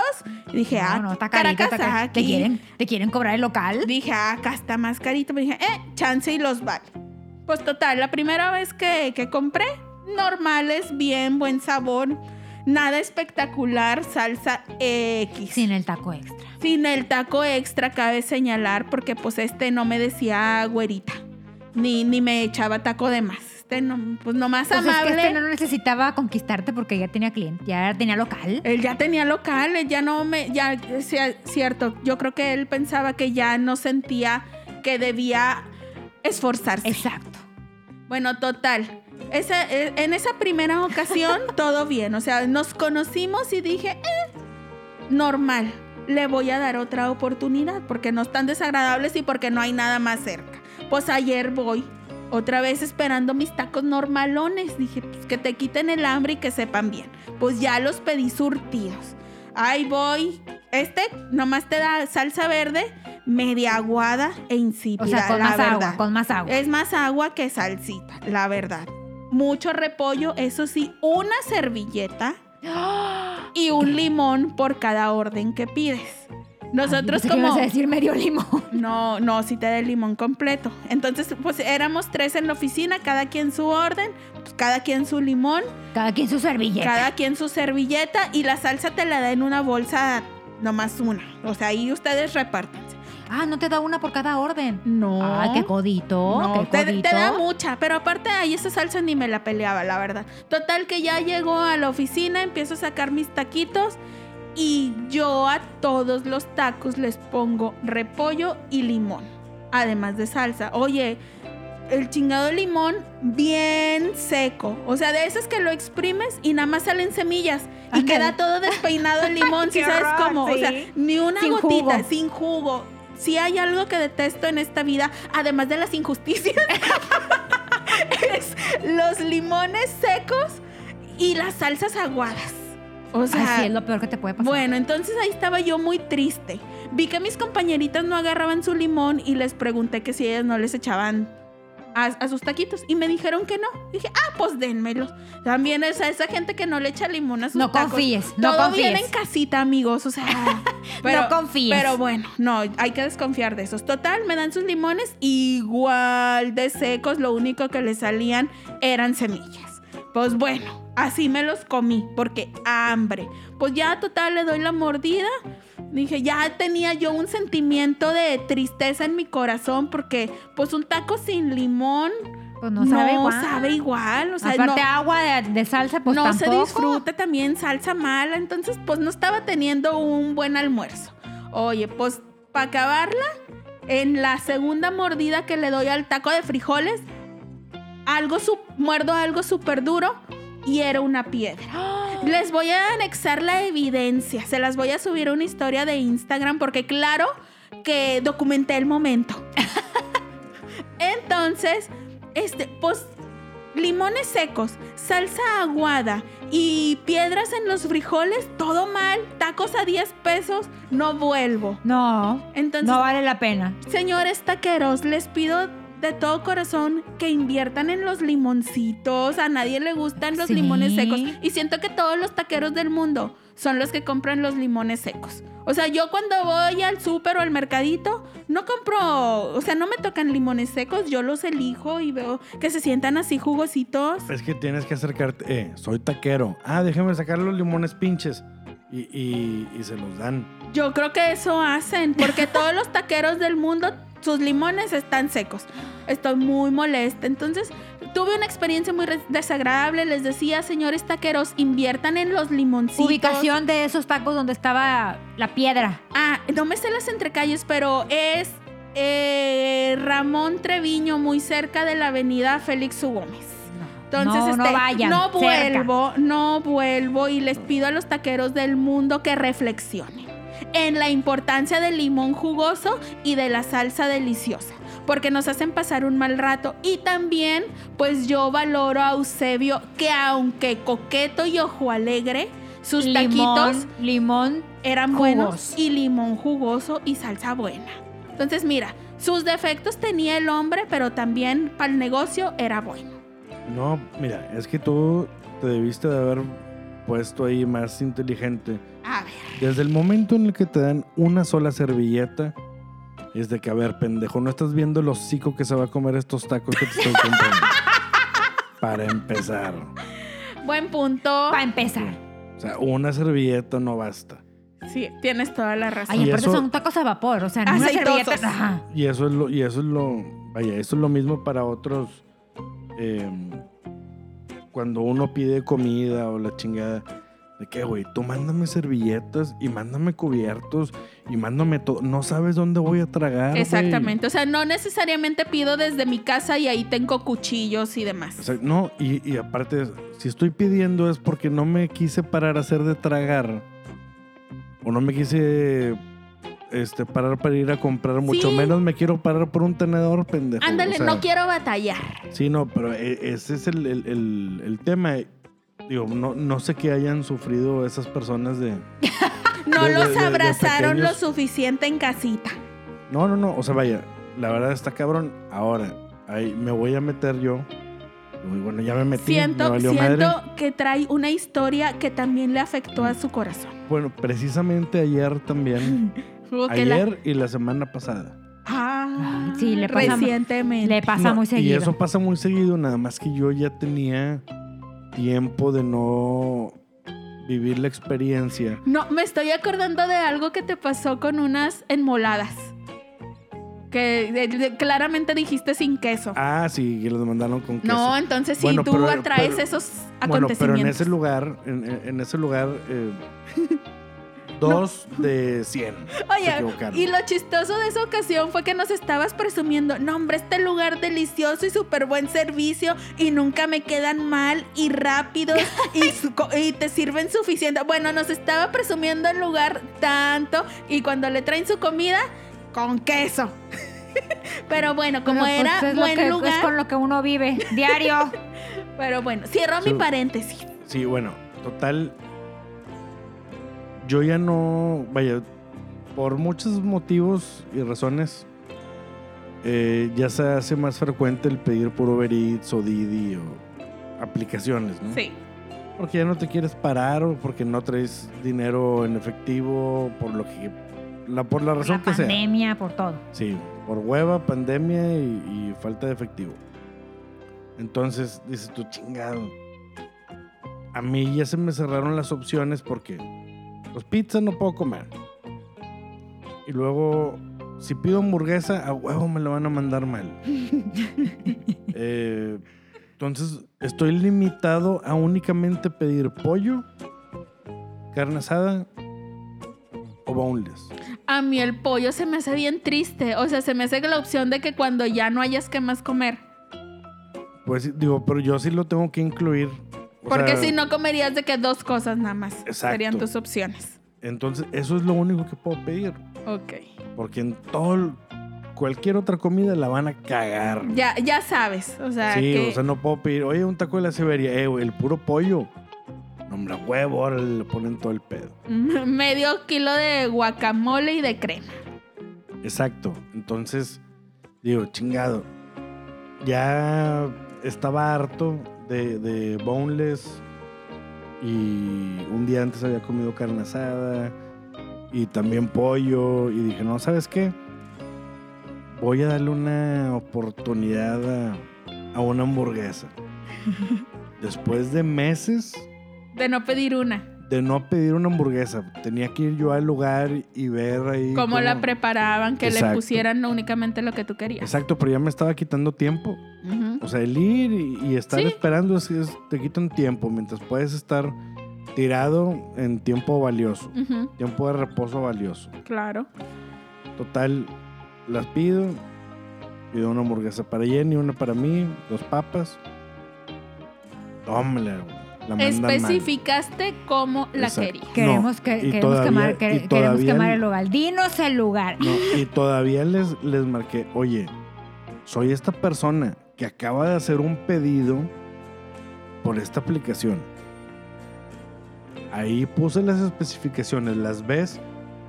B: Y dije, ah,
A: no, no, está carito, está
B: Caracas,
A: carito. ¿Te
B: aquí".
A: quieren, ¿Te quieren cobrar el local?
B: Dije, ah, acá está más carito. Pero dije, eh, chance y los vale. Pues total, la primera vez que, que compré, normales, bien, buen sabor. Nada espectacular, salsa X.
A: Sin el taco extra.
B: Sin el taco extra, cabe señalar, porque pues este no me decía güerita. Ni, ni me echaba taco de más. Este no, pues nomás
A: Pues es
B: amable.
A: que este no necesitaba conquistarte porque ya tenía cliente, ya tenía local.
B: Él ya tenía local, él ya no me, ya, o sea, cierto, yo creo que él pensaba que ya no sentía que debía esforzarse.
A: Exacto.
B: Bueno, total. Esa, eh, en esa primera
A: *laughs*
B: ocasión todo bien. O sea, nos conocimos y dije, "Eh, normal, le voy a dar otra oportunidad porque no están desagradables y porque no hay nada más cerca. Pues ayer voy. Otra vez esperando mis tacos normalones. Dije, pues que te quiten el hambre y que sepan bien. Pues ya los pedí surtidos. Ahí voy. Este nomás te da salsa verde, media aguada e insípida.
A: O sea, con
B: la
A: más
B: verdad.
A: agua, con más agua.
B: Es más agua que salsita, la verdad. Mucho repollo, eso sí, una servilleta
A: ¡Ah!
B: y un limón por cada orden que pides. Nosotros
A: Pensé que
B: como...
A: ibas a decir medio limón.
B: No, no, si te da el limón completo. Entonces, pues éramos tres en la oficina, cada quien su orden, pues, cada quien su limón,
A: *laughs* Cada quien su servilleta.
B: cada quien su servilleta y la salsa te la da en una bolsa, nomás una. O sea, ahí ustedes repártanse.
A: Ah, no te da una por cada orden.
B: No.
A: Ah, qué codito,
B: No,
A: qué
B: te, te
A: codito.
B: da mucha, pero aparte ahí esa salsa ni me la peleaba, la verdad. Total que ya llegó a la oficina, empiezo a sacar mis taquitos y yo a todos los tacos les pongo repollo y limón, además de salsa. Oye, el chingado limón bien seco, o sea, de esas que lo exprimes y nada más salen semillas y
A: Ándale.
B: queda todo despeinado
A: *laughs*
B: el limón, si
A: Qué
B: sabes
A: horror,
B: cómo, o sea,
A: sí.
B: ni una
A: Sin
B: gotita,
A: jugo.
B: sin jugo. Si hay algo que detesto en esta vida, además de las injusticias, *laughs* es los limones secos y las salsas aguadas. O sea,
A: Así es lo peor que te puede pasar.
B: bueno, entonces ahí estaba yo muy triste. Vi que mis compañeritas no agarraban su limón y les pregunté que si ellas no les echaban a, a sus taquitos y me dijeron que no. Dije, ah, pues dénmelos. También esa, esa gente que no le echa limón a sus
A: no
B: tacos.
A: confíes, no
B: Todo
A: confíes.
B: bien en casita, amigos. O sea,
A: *laughs*
B: pero,
A: no confíes.
B: pero bueno, no, hay que desconfiar de esos. Total, me dan sus limones igual de secos. Lo único que le salían eran semillas. Pues bueno, así me los comí porque hambre. Pues ya total le doy la mordida Dije, ya tenía yo un sentimiento de tristeza en mi corazón porque pues un taco sin limón
A: Pues
B: no,
A: no, sabe igual.
B: sabe igual, O sea, no,
A: Aparte agua de, de salsa, pues
B: no se
A: tampoco.
B: disfruta también salsa mala. Entonces pues no estaba teniendo un buen almuerzo. Oye, pues para acabarla, en la segunda mordida que le doy al taco de frijoles, algo su- muerdo algo súper duro y era una piedra.
A: *gasps*
B: Les voy a anexar la evidencia. Se las voy a subir a una historia de Instagram porque claro que documenté el momento.
A: *laughs*
B: Entonces, este, pues limones secos, salsa aguada y piedras en los frijoles, todo mal, tacos a 10 pesos, no vuelvo.
A: No,
B: Entonces,
A: no vale la pena.
B: Señores taqueros, les pido de todo corazón que inviertan en los limoncitos. A nadie le gustan los
A: Sí.
B: limones secos. Y siento que todos los taqueros del mundo son los que compran los limones secos. O sea, yo cuando voy al súper o al mercadito, no compro, o sea, no me tocan limones secos, yo los elijo y veo que se sientan así jugositos.
C: Es que tienes que acercarte. Eh, soy taquero. Ah, déjeme sacar los limones pinches. Y, y- y se los dan.
B: Yo creo que eso hacen, porque todos los taqueros del mundo, sus limones están secos. Estoy muy molesta. Entonces, tuve una experiencia muy res- desagradable. Les decía, señores taqueros, inviertan en los limoncitos.
A: Ubicación de esos tacos donde estaba la piedra.
B: Ah, no me sé las entrecalles, pero es eh, Ramón Treviño, muy cerca de la avenida Félix U. Gómez. Entonces,
A: no,
B: este,
A: no vayan.
B: no
A: cerca.
B: vuelvo, no vuelvo y les pido a los taqueros del mundo que reflexionen en la importancia del limón jugoso y de la salsa deliciosa, porque nos hacen pasar un mal rato y también pues yo valoro a Eusebio que aunque coqueto y ojo alegre, sus taquitos
A: Limón, limón.
B: eran
A: Jugos.
B: buenos y limón jugoso y salsa buena. Entonces mira, sus defectos tenía el hombre, pero también para el negocio era bueno.
C: No, mira, es que tú te debiste de haber puesto ahí más inteligente.
B: A ver.
C: Desde el momento en el que te dan una sola servilleta, es de que, a ver, pendejo, no estás viendo el hocico que se va a comer estos tacos que te estoy comprando. Para empezar.
B: Buen punto.
A: Para empezar.
C: O sea, una servilleta no basta.
B: Sí, tienes toda la razón.
A: Ay,
C: Y
A: aparte
C: eso-
A: son tacos a vapor, o sea, no una
B: Aceitosos.
A: servilleta. Ajá.
C: Y eso es lo, y eso es lo, vaya, eso es lo mismo para otros. eh, cuando uno pide comida o la chingada, de que, güey, tú mándame servilletas y mándame cubiertos y mándame todo. No sabes dónde voy a tragar. güey.
B: Exactamente. O sea, no necesariamente pido desde mi casa y ahí tengo cuchillos y demás.
C: O sea, no, y, y aparte, si estoy pidiendo es porque no me quise parar a hacer de tragar. O no me quise este, parar para ir a comprar, mucho
B: Sí.
C: menos me quiero parar por un tenedor, pendejo.
B: Ándale,
C: O sea,
B: no quiero batallar.
C: Sí, no, pero e- ese es el, el- el- el tema. Digo, no, no sé qué hayan sufrido esas personas de...
B: No
C: de- de-
B: los
C: de- de
B: abrazaron lo
C: pequeños.
B: suficiente en casita.
C: No, no, no, o sea, vaya, la verdad está cabrón. Ahora, ahí me voy a meter yo. Y Bueno, ya me metí. me
B: siento
C: valió madre.
B: siento que trae una historia que también le afectó a su corazón.
C: Bueno, precisamente ayer también.
B: Como que la-
C: Ayer y la semana pasada.
B: Ah,
A: Sí, le pasa-
B: recientemente.
A: Le pasa
C: No,
A: muy seguido.
C: Y eso pasa muy seguido, nada más que yo ya tenía tiempo de no vivir la experiencia.
B: No, me estoy acordando de algo que te pasó con unas enmoladas. Que de- de- claramente dijiste sin queso.
C: Ah, sí, que los mandaron con queso.
B: no, entonces sí,
C: Bueno,
B: tú
C: pero-
B: atraes
C: pero-
B: esos
C: bueno,
B: acontecimientos.
C: pero en ese lugar, en, en- en ese lugar,
B: *laughs*
C: eh, dos de cien. se
B: Oye,
C: equivocaron.
B: y lo chistoso de esa ocasión fue que nos estabas presumiendo, no hombre, este lugar delicioso y súper buen servicio y nunca me quedan mal y
C: *laughs*
B: rápidos y, su- co- y te sirven suficiente. Bueno, nos estaba presumiendo el lugar tanto y cuando le traen su comida, con queso. *laughs* pero bueno, como
A: Pero,
B: era
A: pues, es lo
B: buen
A: que- Es
B: lugar,
A: con lo que uno vive diario.
B: pero bueno, cierro mi
C: Sí.
B: paréntesis.
C: Sí, bueno, total. Yo ya no. Vaya, por muchos motivos y razones. eh, ya se hace más frecuente el pedir por Uber Eats o Didi o aplicaciones, ¿no?
B: Sí.
C: Porque ya no te quieres parar o porque no traes dinero en efectivo, por lo que. La, *laughs* por la
A: Por
C: razón
A: la
C: que sea.
A: pandemia, por todo.
C: Sí, por hueva, pandemia y, y falta de efectivo. Entonces dices tú, chingado. A mí ya se me cerraron las opciones porque pues pizza no puedo comer. Y luego, si pido hamburguesa, a huevo me lo van a mandar mal. Eh, entonces, estoy limitado a únicamente pedir pollo, carne asada o boneless.
B: A mí el pollo se me hace bien triste. O sea, se me hace la opción de que cuando ya no hayas que más comer.
C: Pues sí, digo, pero yo sí lo tengo que incluir. O
B: Porque
C: sea,
B: si no comerías de que dos cosas nada más
C: Exacto.
B: serían tus opciones.
C: Entonces, eso es lo único que puedo pedir.
B: Ok.
C: Porque en todo, el- cualquier otra comida la van a cagar.
B: Ya, ya sabes. O sea,
C: sí,
B: que
C: o sea, no puedo pedir, oye, un taco de la Siberia, eh, güey, el puro pollo. No, hombre, a huevo, ahora le ponen todo el pedo.
B: *laughs* medio kilo de guacamole y de crema.
C: Exacto. Entonces, digo, chingado. Ya estaba harto de, de boneless y un día antes había comido carne asada y también pollo y dije, no, ¿sabes qué? Voy a darle una oportunidad a, a
B: *laughs*
C: una hamburguesa. Después de meses
B: De no pedir una.
C: de no pedir una hamburguesa, tenía que ir yo al lugar y ver ahí...
B: Como la
C: cómo-
B: preparaban, que le
C: Exacto.
B: pusieran únicamente lo que tú querías.
C: Exacto, pero ya me estaba quitando tiempo.
B: Ujú.
C: O sea, el ir y, y estar
B: Sí.
C: esperando es, es- te quita un tiempo, mientras puedes estar tirado en tiempo valioso,
B: Ujú,
C: tiempo de reposo valioso.
B: Claro.
C: Total, las pido. Pido una hamburguesa para Jenny, una para mí, dos papas. Tómala, güey, la mandan mal.
B: Especificaste cómo la
C: Exacto.
B: querías.
A: Queremos,
C: No,
A: que-
C: y
A: queremos,
C: todavía-
A: quemar,
C: y
A: quere- queremos
C: todavía-
A: quemar el lugar. Dinos el lugar.
C: No, y todavía les, les marqué, oye, soy esta persona que acaba de hacer un pedido por esta aplicación. Ahí puse las especificaciones, ¿las ves?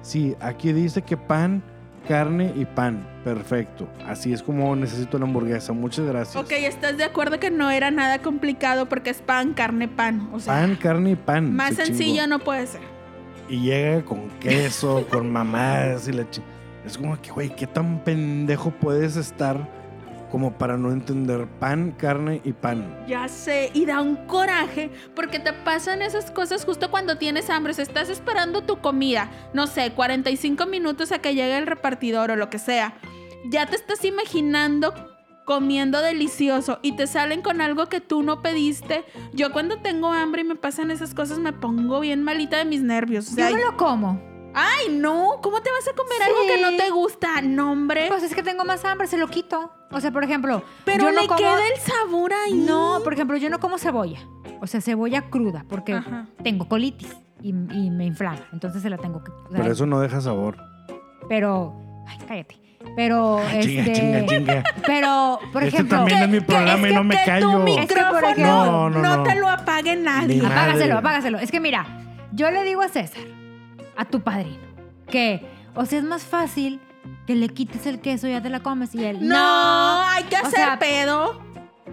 C: Sí, aquí dice que pan, carne y pan. Perfecto. Así es como necesito la hamburguesa. Muchas gracias.
B: Ok, ¿estás de acuerdo que no era nada complicado porque es pan, carne, pan? O sea,
C: Pan, carne y pan.
B: más
C: Se chingó.
B: sencillo no puede ser.
C: Y llega con queso, *laughs* con mamás y la chi- Es como que, güey, ¿qué tan pendejo puedes estar como para no entender pan, carne y pan?
B: Ya sé, y da un coraje porque te pasan esas cosas justo cuando tienes hambre. O sea, estás esperando tu comida, no sé, 45 minutos a que llegue el repartidor o lo que sea. Ya te estás imaginando comiendo delicioso y te salen con algo que tú no pediste. Yo cuando tengo hambre y me pasan esas cosas me pongo bien malita de mis nervios. O sea,
A: Yo me lo como.
B: ay, no, ¿cómo te vas a comer algo
A: Sí.
B: que no te gusta? No, hombre.
A: Pues es que tengo más hambre, se lo quito. O sea, por ejemplo,
B: Pero
A: yo
B: le
A: no como-
B: queda el sabor ahí.
A: No, por ejemplo, yo no como cebolla. O sea, cebolla cruda, porque
B: Ajá.
A: tengo colitis y, y me inflama. Entonces se la tengo que. o sea,
C: Pero eso no deja sabor.
A: pero- Ay, cállate. Pero.
C: Ah, Chinga,
A: este,
C: chinga, chinga.
A: Pero, por
C: Este
A: ejemplo.
C: también es mi programa y no me
B: que Tu
A: Es
C: callo.
A: que, por
B: micrófono
A: ejemplo-
B: no,
C: No, no, no.
B: te lo apague nadie.
C: Ni madre.
A: Apágaselo, apágaselo. Es que mira, yo le digo a César, a tu padrino, que, o sea, es más fácil que le quites el queso y ya te la comes y él.
B: No, hay que
A: O
B: hacer
A: sea,
B: pedo.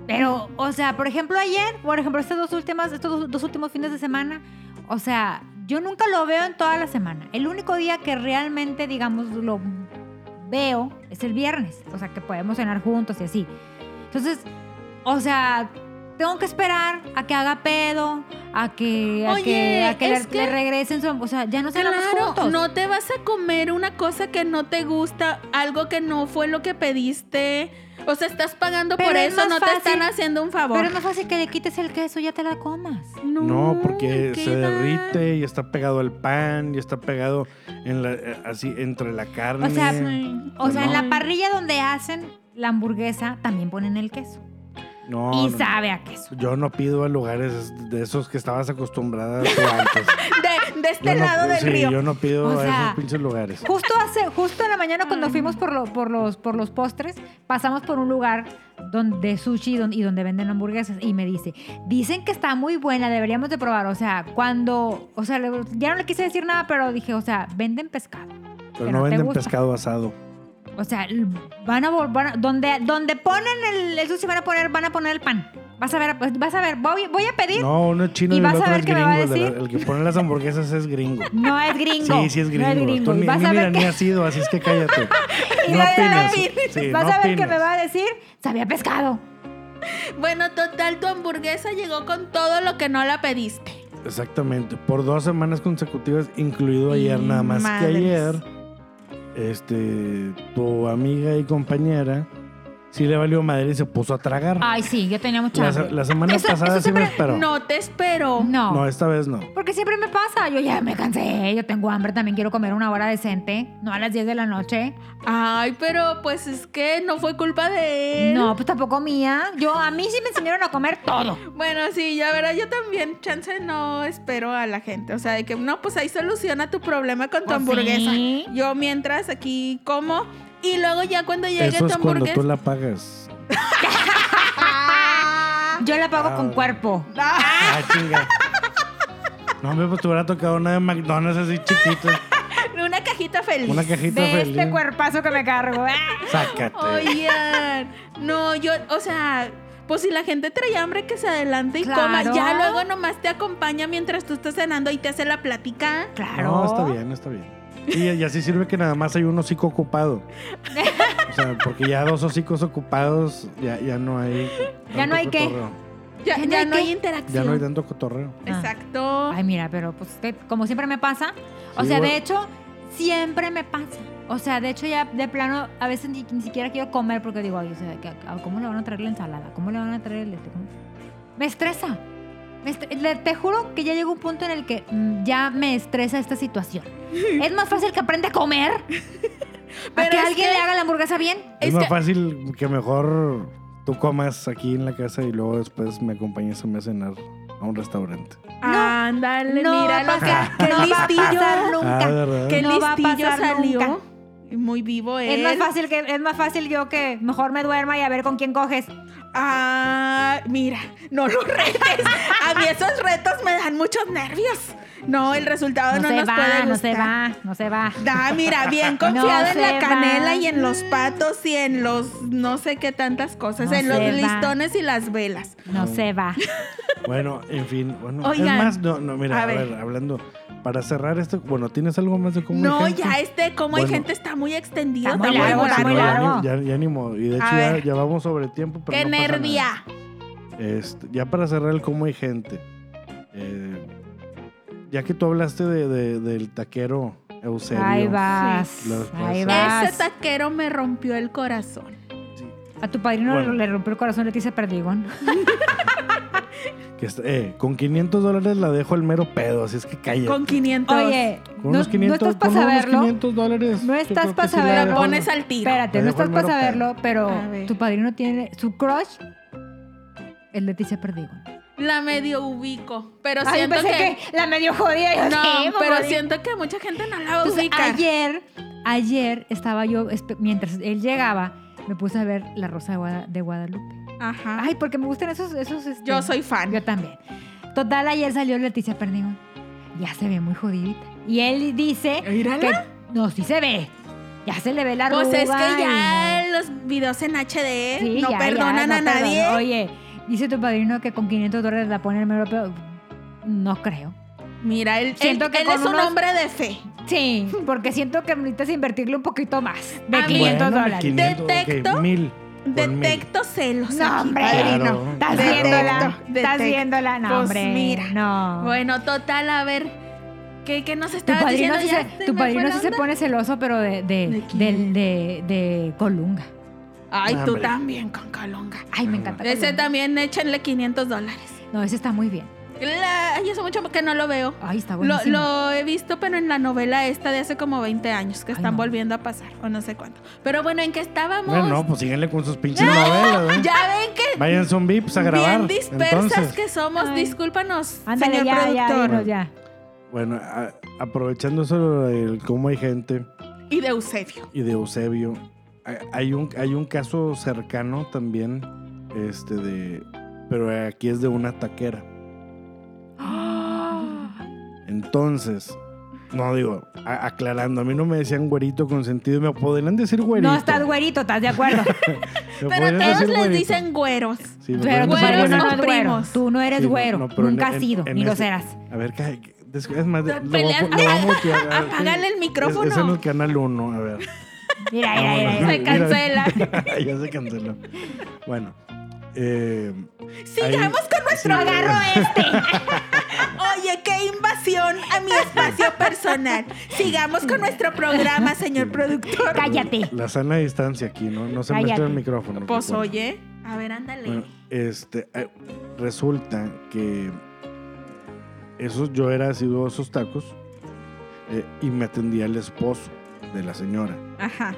A: Pero, o sea, por ejemplo, ayer, por ejemplo, estas dos últimas, estos dos, dos últimos fines de semana, o sea, yo nunca lo veo en toda la semana. El único día que realmente, digamos, lo veo es el viernes. O sea, que podemos cenar juntos y así. Entonces, o sea, tengo que esperar a que haga pedo, a que, a
B: Oye,
A: que, a que le,
B: es que-
A: le regresen su. O sea, ya no cenamos
B: Claro,
A: juntos.
B: no te vas a comer una cosa que no te gusta, algo que no fue lo que pediste. O sea, estás pagando
A: Pero
B: por
A: es
B: eso,
A: más
B: no te
A: fácil.
B: están haciendo un favor.
A: Pero es más fácil que le quites el queso y ya te la comas.
C: No, porque se
B: queda-
C: derrite y está pegado al pan y está pegado en la- eh, así entre la carne.
A: O sea, O
B: mm,
C: Pues
A: sea, en
C: no.
A: la parrilla donde hacen la hamburguesa también ponen el queso.
C: No,
A: y
C: no, no.
A: sabe a queso.
C: Yo no pido a lugares de esos que estabas acostumbrada tú antes.
B: De, de
C: Yo
B: este
C: no-
B: lado del
C: sí,
B: río.
C: yo no pido
A: O
C: a
A: sea,
C: esos pinches lugares.
A: Justo hace, justo en la mañana cuando fuimos por, lo- por los, por los postres, pasamos por un lugar donde sushi y don- y donde venden hamburguesas y me dice, dicen que está muy buena, deberíamos de probar. O sea, cuando, o sea, le- ya no le quise decir nada, pero dije, o sea, venden pescado.
C: Pero
A: que
C: no
A: no te
C: venden
A: gusta.
C: pescado asado.
A: O sea, l- van a volver, donde, donde ponen el, el sushi van a poner, van a poner el pan. Vas a ver, vas a ver, voy, voy a pedir. No.
C: No, uno es chino y,
A: Y
C: el
A: vas a
C: otro
A: ver
C: es
A: que me
C: gringo.
A: va a
C: el de la-
A: decir.
C: el que pone las hamburguesas
A: *laughs*
C: es gringo.
A: es gringo.
C: Sí, sí es
A: No
C: gringo. Tú
A: Y
C: ni,
A: vas
C: ni
A: a
C: mira,
A: ver
C: ni
A: que-
C: has ido,
A: *laughs*
C: así es que cállate.
A: Y
C: no
A: vas a ver
C: opinas.
A: que-
C: Sí,
A: vas
C: no
A: a ver que
C: opinas.
A: me va a decir, sabía pescado.
B: Bueno, total, tu hamburguesa llegó con todo lo que no la pediste.
C: Exactamente. Por dos semanas consecutivas, incluido ayer
B: Y
C: nada más que
B: madres.
C: ayer. este, tu amiga y compañera sí le valió madre y se puso a tragar.
A: Ay, sí, yo tenía mucha
C: la,
A: hambre.
C: se- la semana
A: Eso-
C: pasada
A: eso
C: sí me
A: siempre-
C: esperó.
B: No te espero.
A: No.
C: No, esta vez no.
A: Porque siempre me pasa. Yo ya me cansé, yo tengo hambre, también quiero comer una hora decente, no a las 10 de la noche.
B: Ay, pero pues es que no fue culpa de él.
A: No, pues tampoco mía. Yo a mí sí me enseñaron a comer todo.
B: Bueno, sí, ya verás, yo también, chance, no espero a la gente. O sea, de que no, pues ahí soluciona tu problema con tu
A: Pues
B: hamburguesa.
A: sí.
B: Yo mientras aquí como y luego ya cuando llegue
C: Eso
B: tu
C: es cuando
B: hamburguesa.
C: tú la pagas.
A: Yo la pago
C: Ah.
A: con cuerpo.
B: *laughs* Ah,
C: Ah, chinga. No, hombre, pues te hubiera tocado una de McDonald's así chiquita.
B: Ah, una cajita feliz.
C: Una cajita
A: De
C: feliz.
A: este cuerpazo que me cargo. Ah.
C: Sácate.
B: Oigan, no, yo, o sea, pues si la gente trae hambre que se adelante y
A: Claro.
B: coma, ya luego nomás te acompaña mientras tú estás cenando y te hace la plática.
A: Claro.
C: No, está bien, está bien. Y, y así sirve que nada más hay un hocico ocupado.
A: *laughs*
C: O sea, porque ya dos hocicos ocupados, ya, ya no hay.
A: Ya no
C: tanto
A: hay qué.
C: cotorreo.
B: Ya,
A: Ya no
B: ya
A: hay
B: no hay
A: qué.
B: interacción.
C: Ya no hay tanto cotorreo.
B: Exacto.
A: Ay, mira, pero pues usted, como siempre me pasa. O
C: Sí,
A: sea,
C: bueno.
A: de hecho, siempre me pasa. O sea, de hecho ya de plano, a veces ni, ni siquiera quiero comer porque digo, ay, o sea, que- a- ¿cómo le van a traer la ensalada? ¿Cómo le van a traer el este? ¿Cómo? Me estresa. Me estre- le- te juro que ya llega un punto en el que mm, ya me estresa esta
B: *laughs*
A: situación. es más fácil que aprenda a comer. a
B: Pero
A: que
B: es
A: alguien
B: que-
A: le haga la hamburguesa bien.
C: Es,
B: Es
C: más
B: que-
C: fácil que mejor tú comas aquí en la casa y luego después me acompañes a mí a cenar a un restaurante.
B: Ándale,
A: no
B: mira
A: va a
B: lo
A: pasar,
B: que, qué
A: no va a
B: listillo.
A: pasar nunca.
C: Ah, ¿verdad?
B: Qué
A: No va a
B: listillo
A: pasar
B: salió.
A: nunca.
B: Muy vivo él.
A: Es más fácil que es más fácil yo que mejor me duerma y a ver con quién coges.
B: Ah, mira, no lo retes. A mí esos retos me dan muchos nervios. No, el resultado
A: No,
B: no,
A: se
B: nos puede
A: va, no se
B: gustar.
A: va, no se va.
B: Da, mira,
A: *laughs*
B: bien confiada
A: No
B: en la
A: se
B: canela
A: va.
B: y en los patos y en los no sé qué tantas cosas,
A: No
B: en los
A: se va.
B: listones y las velas.
A: No se va.
C: Bueno, en fin. Bueno,
B: Oigan.
C: es más, no, no, mira,
B: A
C: a,
B: ver.
C: ver. hablando. Para cerrar esto, bueno, ¿tienes algo más de cómo?
B: No, ya este, como hay
C: Bueno.
B: gente está muy extendido,
A: Está muy
B: está muy
A: largo, está muy
B: volátil.
A: largo.
C: Ya, ni- ya- ya ni modo. Y de hecho
B: A
C: ya,
B: ver.
C: ya vamos sobre tiempo. Pero
B: Qué
C: no pasa nada.
B: nervia.
C: Este, ya para cerrar el cómo hay gente. eh, ya que tú hablaste de- de- del taquero Eusebio.
A: Ahí vas.
C: Sí. Los-
A: Ahí
C: los-
A: vas.
B: Ese taquero me rompió el corazón.
A: A tu padrino
C: Bueno.
A: le rompió el corazón, le dice perdigón.
C: Que está- eh, con 500 dólares la dejo el mero pedo, así es que cállate.
B: Con 500.
A: Oye,
C: Con
A: no, no
C: unos 500,
A: estás para
C: con unos
A: saberlo.
C: 500 dólares.
A: No
C: yo
A: estás
C: creo que
A: para
C: sí la
A: saberlo.
B: la
C: dejo.
B: pones al tiro.
A: Espérate,
C: Me
A: no
C: dejó
A: estás
C: el
A: para
C: mero
A: saberlo, pero
B: A ver.
A: tu padrino tiene su crush. El Leticia Perdigón.
B: La medio ubico, pero
A: Ay,
B: siento
A: pensé
B: que,
A: la medio jodida. yo,
B: no,
A: ¿qué,
B: pero
A: jodida?
B: siento que mucha gente no la
A: Entonces,
B: ubica.
A: ayer, ayer estaba yo, espe- mientras él llegaba, me puse a ver La Rosa de, Guada- de Guadalupe.
B: Ajá.
A: Ay, porque me gustan esos... esos este,
B: Yo soy fan.
A: Yo también. Total, ayer salió Leticia Perdigón. Ya se ve muy jodidita. Y él dice
B: Mírala.
A: que... No, sí se ve. Ya se le ve la
B: Pues
A: arruga
B: es que
A: y-
B: ya los videos en HD
A: Sí,
B: no
A: ya,
B: perdonan
A: ya,
B: a
A: no perdonan.
B: nadie.
A: Oye, dice tu padrino que con 500 dólares la pone en europeo. No creo.
B: Mira, él,
A: Siento
B: él-
A: que
B: él
A: con
B: es un
A: unos-
B: hombre de fe.
A: Sí, *laughs* porque siento que necesitas invertirle un poquito más de
B: A mí-
A: 500
C: Bueno,
A: dólares.
C: 500, ok,
B: Detecto.
C: mil. Con mil.
B: Detecto celos.
A: No,
B: aquí,
A: hombre,
B: padre.
C: Claro.
A: no. Estás
B: Detecto,
A: viéndola. Estás
B: detecto.
A: viéndola, no,
B: Pues
A: hombre.
B: mira.
A: No.
B: Bueno, total, a ver. ¿Qué, qué nos
A: tu
B: estabas
A: padrino, sí
B: diciendo? Ya
A: se,
B: se
A: tu
B: me fue
A: padrino
B: la
A: sí se
B: onda.
A: pone celoso, pero de, de,
B: ¿De
A: del-
B: quién?
A: de- de Colunga.
B: Ay, tú
C: Hombre.
B: también con Calonga.
A: Ay, me
C: Ah,
A: encanta.
B: Ese
A: Colunga.
B: también échenle 500 dólares.
A: No, ese está muy bien.
B: La- Ay, hace mucho que no lo veo.
A: Ay, está
B: Lo,
A: Ah, buenísimo.
B: lo he visto, pero en la novela esta de hace como 20 años, que
A: Ay,
B: están
A: no.
B: volviendo a pasar, o no sé cuánto. Pero bueno, ¿en qué estábamos? Ah,
C: Bueno, no, pues síganle con sus pinches novelas. ¿eh?
B: Ya ven que
C: Vayan son VIPs a
B: Bien
C: grabar.
B: dispersas
C: Entonces,
B: que somos,
A: Ay.
B: discúlpanos,
A: Ándale,
B: señor
A: ya, ya,
B: productor.
A: dinos ya.
C: bueno, a- aprovechando eso del cómo hay gente
B: Y de Eusebio.
C: y de Eusebio, hay- hay un, hay un caso cercano también, este de, pero aquí es de una taquera. Entonces, no digo, a- aclarando, a mí no me decían güerito con sentido, me podrían decir güerito.
A: No estás güerito, ¿estás de acuerdo?
B: Pero
C: Me
B: todos
C: podrían decir
B: les
C: güerito.
B: dicen güeros.
C: Sí, me
A: *laughs* Pero
C: podrían
A: tu
C: decir
A: padrino no es
B: Güeros o
C: güerito.
A: güero.
B: primos.
A: Tú no eres
C: Sí, no,
A: güero.
C: no, pero en-
A: Nunca has
C: en-
A: sido,
C: en
A: ni lo
C: este-
A: serás.
C: A ver, ca- des- es más, de-
B: Te
C: lo voy a-
B: peleas-
C: lo voy a mutear, a ver,
B: Apágale el
C: es,
B: micrófono.
C: es en el canal 1, a ver. *laughs*
A: Mira, mira, mira.
C: Vámonos.
A: mira.
B: Se cancela.
C: ya se canceló. Bueno. Eh, ahí-
B: Sigamos con
C: sí, *laughs*
B: nuestro agarro.
A: Agarro este.
B: Oye, Oye, qué invasión a mi espacio personal. Sigamos con nuestro programa, señor productor.
A: Cállate.
C: La sana distancia aquí, ¿no? No se muestra el
A: Cállate.
C: micrófono.
B: Pues
C: recuerda.
B: oye, a ver, ándale.
C: Bueno, este, eh, resulta que esos, yo era asiduo a esos tacos eh, y me atendía el esposo de la señora.
B: Ajá.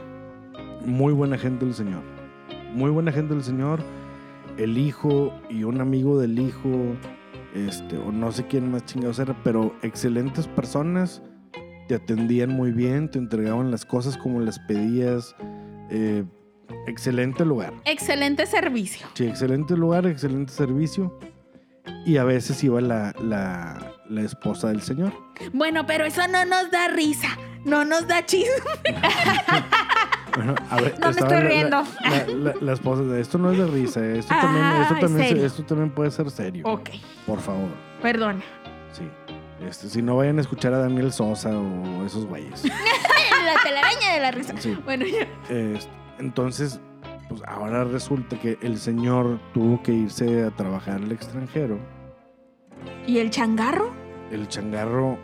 C: Muy buena gente el señor. Muy buena gente el señor. El hijo y un amigo del hijo, este, o no sé quién más chingados era, pero excelentes personas. Te atendían muy bien, te entregaban las cosas como las pedías. eh, excelente lugar.
B: Excelente servicio.
C: Sí, excelente lugar, excelente servicio. Y a veces iba la, la, la esposa del señor.
B: Bueno, pero eso no nos da risa. No nos da chisme.
C: Bueno, a ver,
A: No me
C: estaba
A: estoy
C: la-
A: riendo.
C: La, la- la esposa de esto no es de risa, eh, esto,
A: Ah,
C: también, esto,
A: ¿en
C: también,
A: serio?
C: se- esto también puede ser serio.
B: Ok,
C: Por favor,
B: perdona.
C: sí. Este, si no vayan a escuchar a Daniel Sosa o
A: *laughs*
C: esos güeyes.
B: La telaraña de la risa.
C: Sí.
B: Bueno, ya.
C: Este, entonces, pues ahora resulta que el señor tuvo que irse a trabajar al extranjero.
B: ¿Y el changarro?
C: el changarro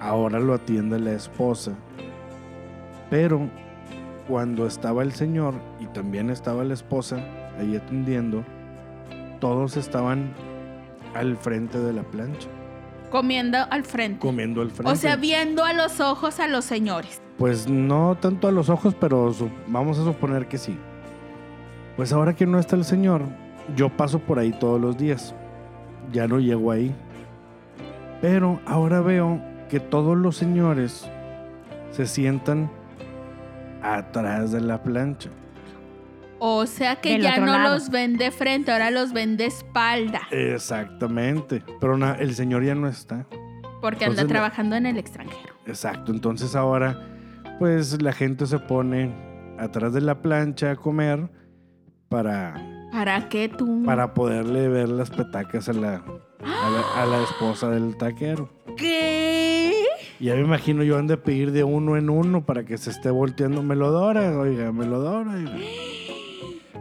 C: ahora lo atiende la esposa. Pero cuando estaba el señor y también estaba la esposa ahí atendiendo, todos estaban al frente de la plancha,
B: Comiendo al frente.
C: comiendo al frente.
B: o sea, viendo a los ojos a los señores.
C: Pues no tanto a los ojos, pero su- vamos a suponer que sí. Pues ahora que no está el señor, yo paso por ahí todos los días. Ya no llego ahí. Pero ahora veo que todos los señores se sientan atrás de la plancha.
B: O sea que
A: Del
B: ya
A: otro
B: no
A: lado.
B: los ven de frente, ahora los ven de espalda.
C: Exactamente. Pero na- el señor ya no está.
B: Porque anda
C: entonces no-
B: trabajando en el extranjero.
C: Exacto. Entonces ahora, pues la gente se pone atrás de la plancha a comer para
B: ¿Para qué tú?
C: para poderle ver las petacas a la, a la, a la esposa del taquero.
B: ¿Qué?
C: Y ya me imagino yo han de pedir de uno en uno para que se esté volteando. Me lo dora, oiga, me lo dora. oiga.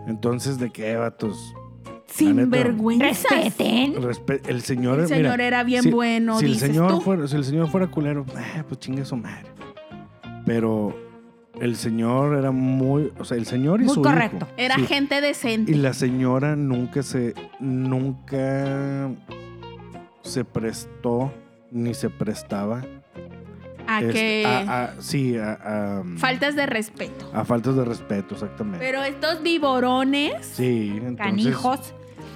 C: Entonces, ¿de qué, vatos?
B: Sin
C: neta.
B: vergüenza.
A: Respeten.
C: Respe- el señor,
B: El señor
C: mira,
B: era bien
C: si-
B: bueno,
C: si el,
B: dices
C: señor
B: tú.
C: fuera, si el señor fuera culero, ah, pues chingue su madre. Pero el señor era muy... O sea, el señor y
A: Muy
C: su
A: correcto.
C: hijo.
B: Era
C: Sí.
B: gente
C: Y
B: decente.
C: la señora nunca se. Nunca se prestó ni se prestaba.
B: A
C: este,
B: que.
C: a- a- sí, a. a, mm,
B: Faltas de respeto.
C: a faltas de respeto, exactamente.
B: Pero estos viborones.
C: sí, entonces.
A: Canijos.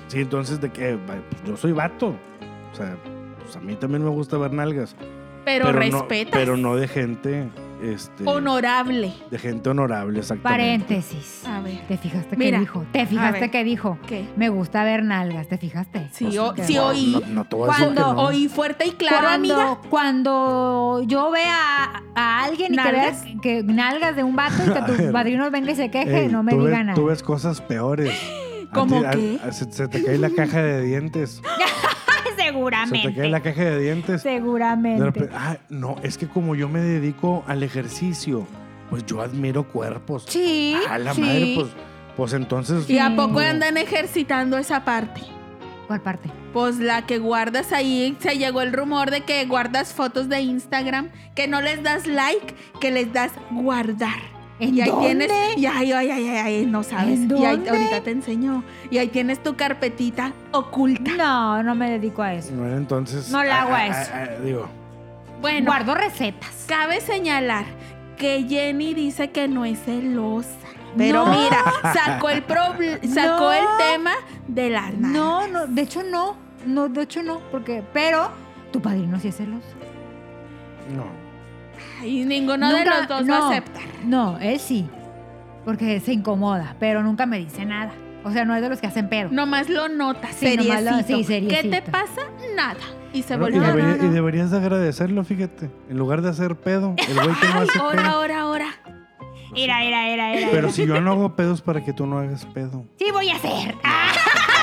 C: Sí, entonces de que va, pues, yo soy vato. O sea, pues a mí también me gusta ver nalgas.
B: Pero,
C: No,
B: respetas.
C: pero no de gente. Este,
B: Honorable.
C: De gente honorable, exactamente.
A: Paréntesis.
B: A ver.
A: ¿Te fijaste
B: Ah. Mira.
A: qué dijo? ¿Te
B: A
A: fijaste
B: ver.
A: qué dijo?
B: ¿Qué?
A: Me gusta ver nalgas, ¿te fijaste?
B: Sí,
C: Pues,
B: o-
A: qué
B: sí
A: guapo.
B: oí.
C: No, no te voy a decir
B: cuando
C: que no.
B: oí fuerte y claro,
A: cuando,
B: amiga.
A: cuando yo vea a, a alguien y
B: ¿Nalgas?
A: que veas que nalgas de un vato y que
C: *laughs* A
A: tu
C: ver.
A: padrino venga y se queje,
C: Ey,
A: no me
C: tú ve-
A: diga nada.
C: Tú ves cosas peores. A
B: ¿Cómo
C: ti- a-
B: qué?
C: a- se, se te cae la caja de
B: *laughs*
C: dientes. se te cae la
A: Seguramente.
C: caja de dientes. De
A: Seguramente.
C: repente, ah, no, es que como yo me dedico al ejercicio, pues yo admiro cuerpos.
A: Sí,
C: A la
A: sí.
C: madre, pues, pues entonces.
B: ¿Y a
A: Sí.
B: poco andan ejercitando esa parte?
A: ¿Cuál parte?
B: Pues la que guardas ahí, se llegó el rumor de que guardas fotos de Instagram, que no les das like, que les das guardar.
A: ¿En
B: y ahí
A: dónde?
B: tienes, y ahí, ay, ay, ay, ay, no sabes.
A: ¿En
B: Y ahí,
A: dónde?
B: ahorita te enseño. Y ahí tienes tu carpetita oculta.
A: No, no me dedico a eso.
C: No, entonces.
A: No le hago
C: ah,
A: a
C: ah,
A: eso.
C: ah, ah, digo,
B: Bueno,
A: Guardo recetas.
B: cabe señalar que Jenny dice que no es celosa. Pero
A: No.
B: mira, *laughs* sacó el proble- sacó
A: No.
B: el tema de las nalgas.
A: No, no, de hecho no. No, de hecho no, porque, pero tu padrino sí es celoso.
C: no.
B: Y ninguno de
A: Nunca-
B: los dos
A: no.
B: lo acepta.
A: No, él sí. Porque se incomoda, pero nunca me dice nada. O sea, no es de los que hacen pedo.
B: Nomás lo notas,
A: Sí, nomás lo-
B: seriecito.
A: sí, seriecito.
B: ¿Qué te pasa? Nada. Y se
C: Bueno,
B: volvió.
C: y,
A: No, no,
C: debería-
A: no.
C: y deberías de agradecerlo, fíjate. En lugar de hacer pedo, el güey que no
B: Ay,
C: hace
B: ahora,
C: pedo.
B: ahora, ahora.
A: Era, era, era, era.
C: Pero si yo no hago pedos para que tú no hagas pedo.
A: Sí voy a hacer. Ah,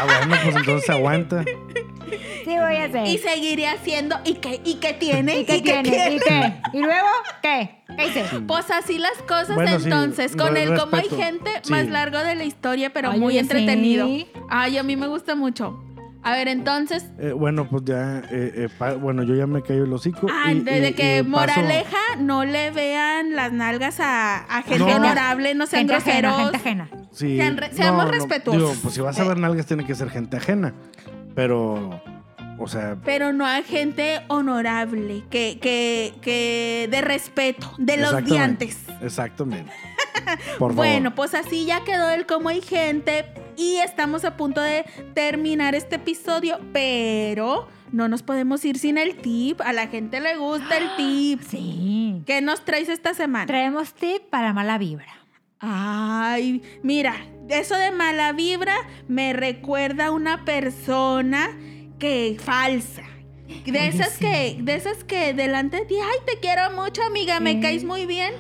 C: Ah, bueno, pues entonces aguanta.
A: sí voy a hacer.
B: Y seguiré haciendo. ¿Y qué, Eh. y qué tiene?
A: ¿Y qué tiene? ¿Y qué? ¿Y luego qué? ¿Qué hice?
B: Pues así las cosas
C: Bueno, sí,
B: entonces, con
C: re-
B: el como hay
C: respeto.
B: gente
C: Sí.
B: más largo de la historia, pero
A: Oye,
B: muy entretenido.
A: sí.
B: Ay, a mí me gusta mucho. A ver, entonces,
C: Eh, bueno, pues ya, eh, eh, pa- bueno, yo ya me cayó el hocico.
B: ah,
C: y-
B: desde
C: y-
B: que
C: y paso-
B: moraleja no le vean las nalgas a, a gente
C: No.
B: honorable, no sean
A: gente
B: groseros.
A: ajena, gente ajena.
C: Sí,
B: Sean re- seamos respetuosos. Eh.
C: digo, pues si vas a ver nalgas, tiene que ser gente ajena. Pero, o sea,
B: Pero no a gente honorable, que, que, que de respeto, de los
C: Exactamente.
B: diantes. *laughs*
C: Exactamente. Por favor.
B: Bueno, pues así ya quedó el cómo hay gente y estamos a punto de terminar este episodio, pero no nos podemos ir sin el tip. A la gente le gusta
C: *gasps*
B: el tip.
A: Sí.
B: ¿Qué nos traes esta semana?
A: Traemos tip para mala vibra.
B: Ay, mira, eso de mala vibra me recuerda a una persona que falsa. De
A: Oye,
B: esas
A: sí.
B: que, de esas que delante de ti, ay, te quiero mucho, amiga, me
A: Sí.
B: caes muy bien.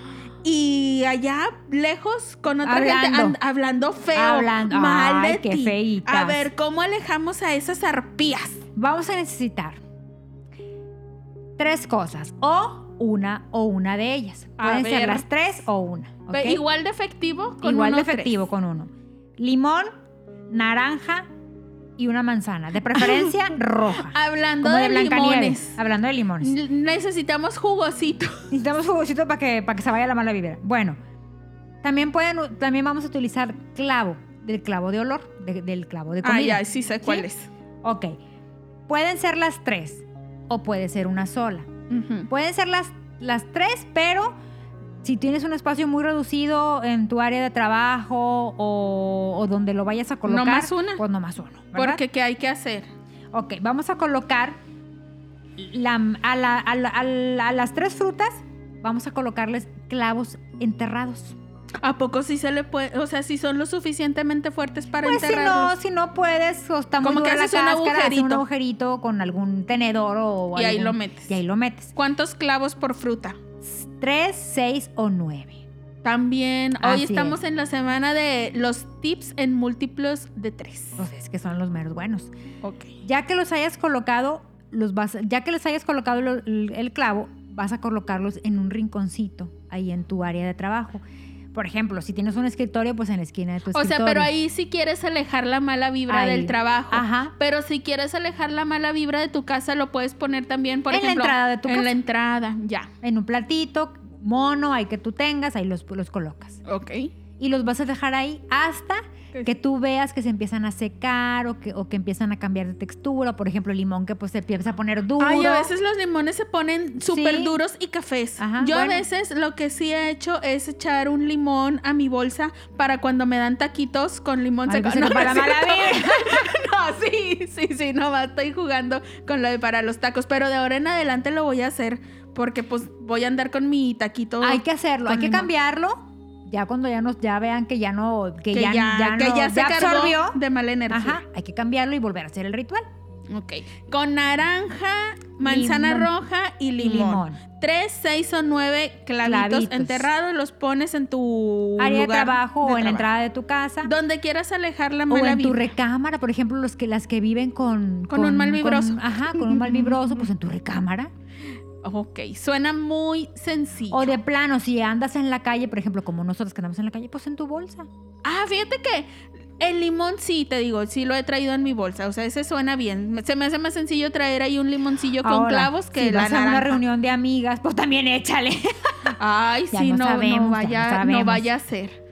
B: Y allá lejos con otra gente
A: Hablando.
B: an- hablando feo,
A: Hablando.
B: mal
A: Ay,
B: de
A: qué
B: ti.
A: feitas.
B: A ver, ¿cómo alejamos a esas arpías?
A: Vamos a necesitar tres cosas. O una o una de ellas.
B: A
A: Pueden
B: ver.
A: ser las tres o una. ¿ok?
B: Ve, Igual de efectivo con
A: Igual de
B: uno, tres.
A: efectivo con uno. Limón, naranja y una manzana. De
B: *laughs*
A: preferencia roja.
B: Hablando
A: Como de
B: de,
A: Blancanieves.
B: limones.
A: Hablando de limones.
B: n- Necesitamos jugosito.
A: Necesitamos jugosito para que, para que se vaya la mala vibra. Bueno, también, pueden, u- también vamos a utilizar clavo, del clavo de olor, de- del clavo de comida.
B: Ay, ay, sí sé cuál
A: ¿Sí?
B: Ah, es.
A: Ok, pueden ser las tres o puede ser una sola.
B: Ujú.
A: Pueden ser las, las tres, pero si tienes un espacio muy reducido en tu área de trabajo o, o donde lo vayas a colocar,
B: más una?
A: pues no más uno. ¿verdad?
B: Porque ¿qué hay que hacer?
A: Ok, vamos a colocar la- a, la- a la- a la- a las tres frutas, vamos a colocarles clavos enterrados.
B: ¿A poco sí se le puede, o sea, si son lo suficientemente fuertes para
A: Pues si no,
B: enterrarlos?
A: si no puedes, o está muy
B: Como que
A: dura la
B: haces un
A: cáscara, haces un
B: agujerito.
A: agujerito con algún tenedor o
B: Y ahí
A: algún-
B: lo metes.
A: Y ahí lo metes.
B: ¿Cuántos clavos por fruta?
A: Tres, seis o nueve.
B: También, hoy
A: Así
B: estamos
A: es.
B: en la semana de los tips en múltiplos de tres.
A: Pues es que son los meros buenos.
B: Ok.
A: Ya que los hayas colocado, los vas, ya que les hayas colocado lo- el, el clavo, vas a colocarlos en un rinconcito ahí en tu área de trabajo. Por ejemplo, si tienes un escritorio, pues en la esquina de tu
B: O
A: escritorio.
B: sea, pero ahí sí quieres alejar la mala vibra
A: Ahí.
B: del trabajo.
A: Ajá.
B: Pero si quieres alejar la mala vibra de tu casa, lo puedes poner también, por
A: En la
B: ejemplo,
A: entrada de tu
B: en
A: casa.
B: la entrada, ya.
A: En un platito, mono, ahí que tú tengas, ahí los, los colocas.
B: Ok.
A: Y los vas a dejar ahí hasta
B: Que-
A: que tú veas que se empiezan a secar o que, o que empiezan a cambiar de textura. Por ejemplo, el limón que pues se empieza a poner duro.
B: Ay, a veces los limones se ponen súper
A: Sí.
B: duros y cafés.
A: Ajá,
B: Yo
A: bueno.
B: a veces lo que sí he hecho es echar un limón a mi bolsa para cuando me dan taquitos con limón
A: Algo
B: seco. *laughs* No,
A: seco para
B: no es
A: mala
B: cierto. no, sí, sí, sí, nomás estoy jugando con lo de para los tacos, pero de ahora en adelante lo voy a hacer porque pues voy a andar con mi taquito.
A: Hay que hacerlo,
B: con
A: hay que
B: limón.
A: cambiarlo. Ya cuando ya nos ya vean que ya no que,
B: que
A: ya,
B: ya,
A: ya
B: que
A: no-
B: ya se
A: ya
B: cargó
A: absorbió.
B: de mala energía.
A: Ajá, hay que cambiarlo y volver a hacer el ritual.
B: Ok. Con naranja, manzana
A: Limón.
B: roja y
A: Y
B: limón.
A: limón.
B: Tres, seis o nueve clavitos,
A: Clavitos.
B: enterrados, los pones en tu
A: Área de
B: lugar
A: trabajo
B: de
A: o en la
B: trabajo.
A: entrada de tu casa
B: Donde quieras alejar la
A: o
B: mala
A: en tu
B: vibra.
A: recámara, por ejemplo, los que las que viven con
B: Con un mal
A: con-
B: vibroso.
A: ajá, con un mal vibroso, pues en tu recámara
B: Ok, suena muy sencillo.
A: o de plano si andas en la calle, por ejemplo, como nosotros que andamos en la calle, pues en tu bolsa.
B: Ah, fíjate que el limón sí, te digo, sí lo he traído en mi bolsa. O sea, ese suena bien. Se me hace más sencillo traer ahí un limoncillo con
A: Ahora,
B: clavos que
A: si
B: la
A: vas a una
B: naranja.
A: reunión de amigas, pues también échale. *laughs*
B: Ay,
A: Ya
B: sí,
A: no
B: no, no
A: sabemos, ya no
B: vaya, no,
A: sabemos.
B: vaya a ser.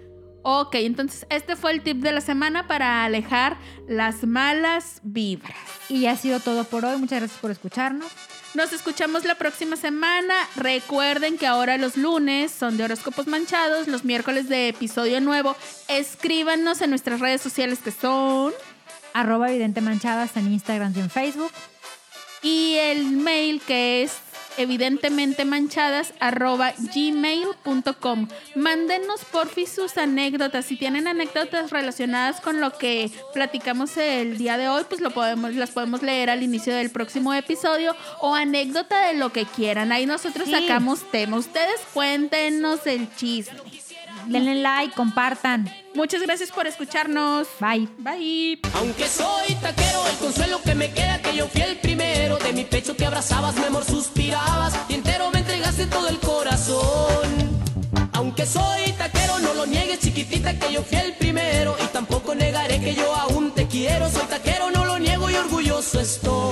B: Ok, entonces este fue el tip de la semana para alejar las malas vibras.
A: y ya ha sido todo por hoy. Muchas gracias por escucharnos.
B: Nos escuchamos la próxima semana. Recuerden que ahora los lunes son de horóscopos manchados, los miércoles de episodio nuevo. Escríbanos en nuestras redes sociales que son
A: Arroba evidente manchadas en Instagram y en Facebook.
B: y el mail que es evidentemente manchadas arroba gmail.com mándenos porfi sus anécdotas si tienen anécdotas relacionadas con lo que platicamos el día de hoy pues lo podemos las podemos leer al inicio del próximo episodio o anécdota de lo que quieran ahí nosotros
A: Sí.
B: sacamos tema ustedes cuéntenos el chisme
A: Denle like, compartan.
B: muchas gracias por escucharnos
A: Bye.
B: bye
D: Aunque soy taquero, el consuelo que me queda que yo fui el primero. De mi pecho te abrazabas, mi amor suspirabas y entero me entregaste todo el corazón. Aunque soy taquero, no lo niegues chiquitita que yo fui el primero y tampoco negaré que yo aún te quiero. Soy taquero, no lo niego y orgulloso. orgulloso estoy.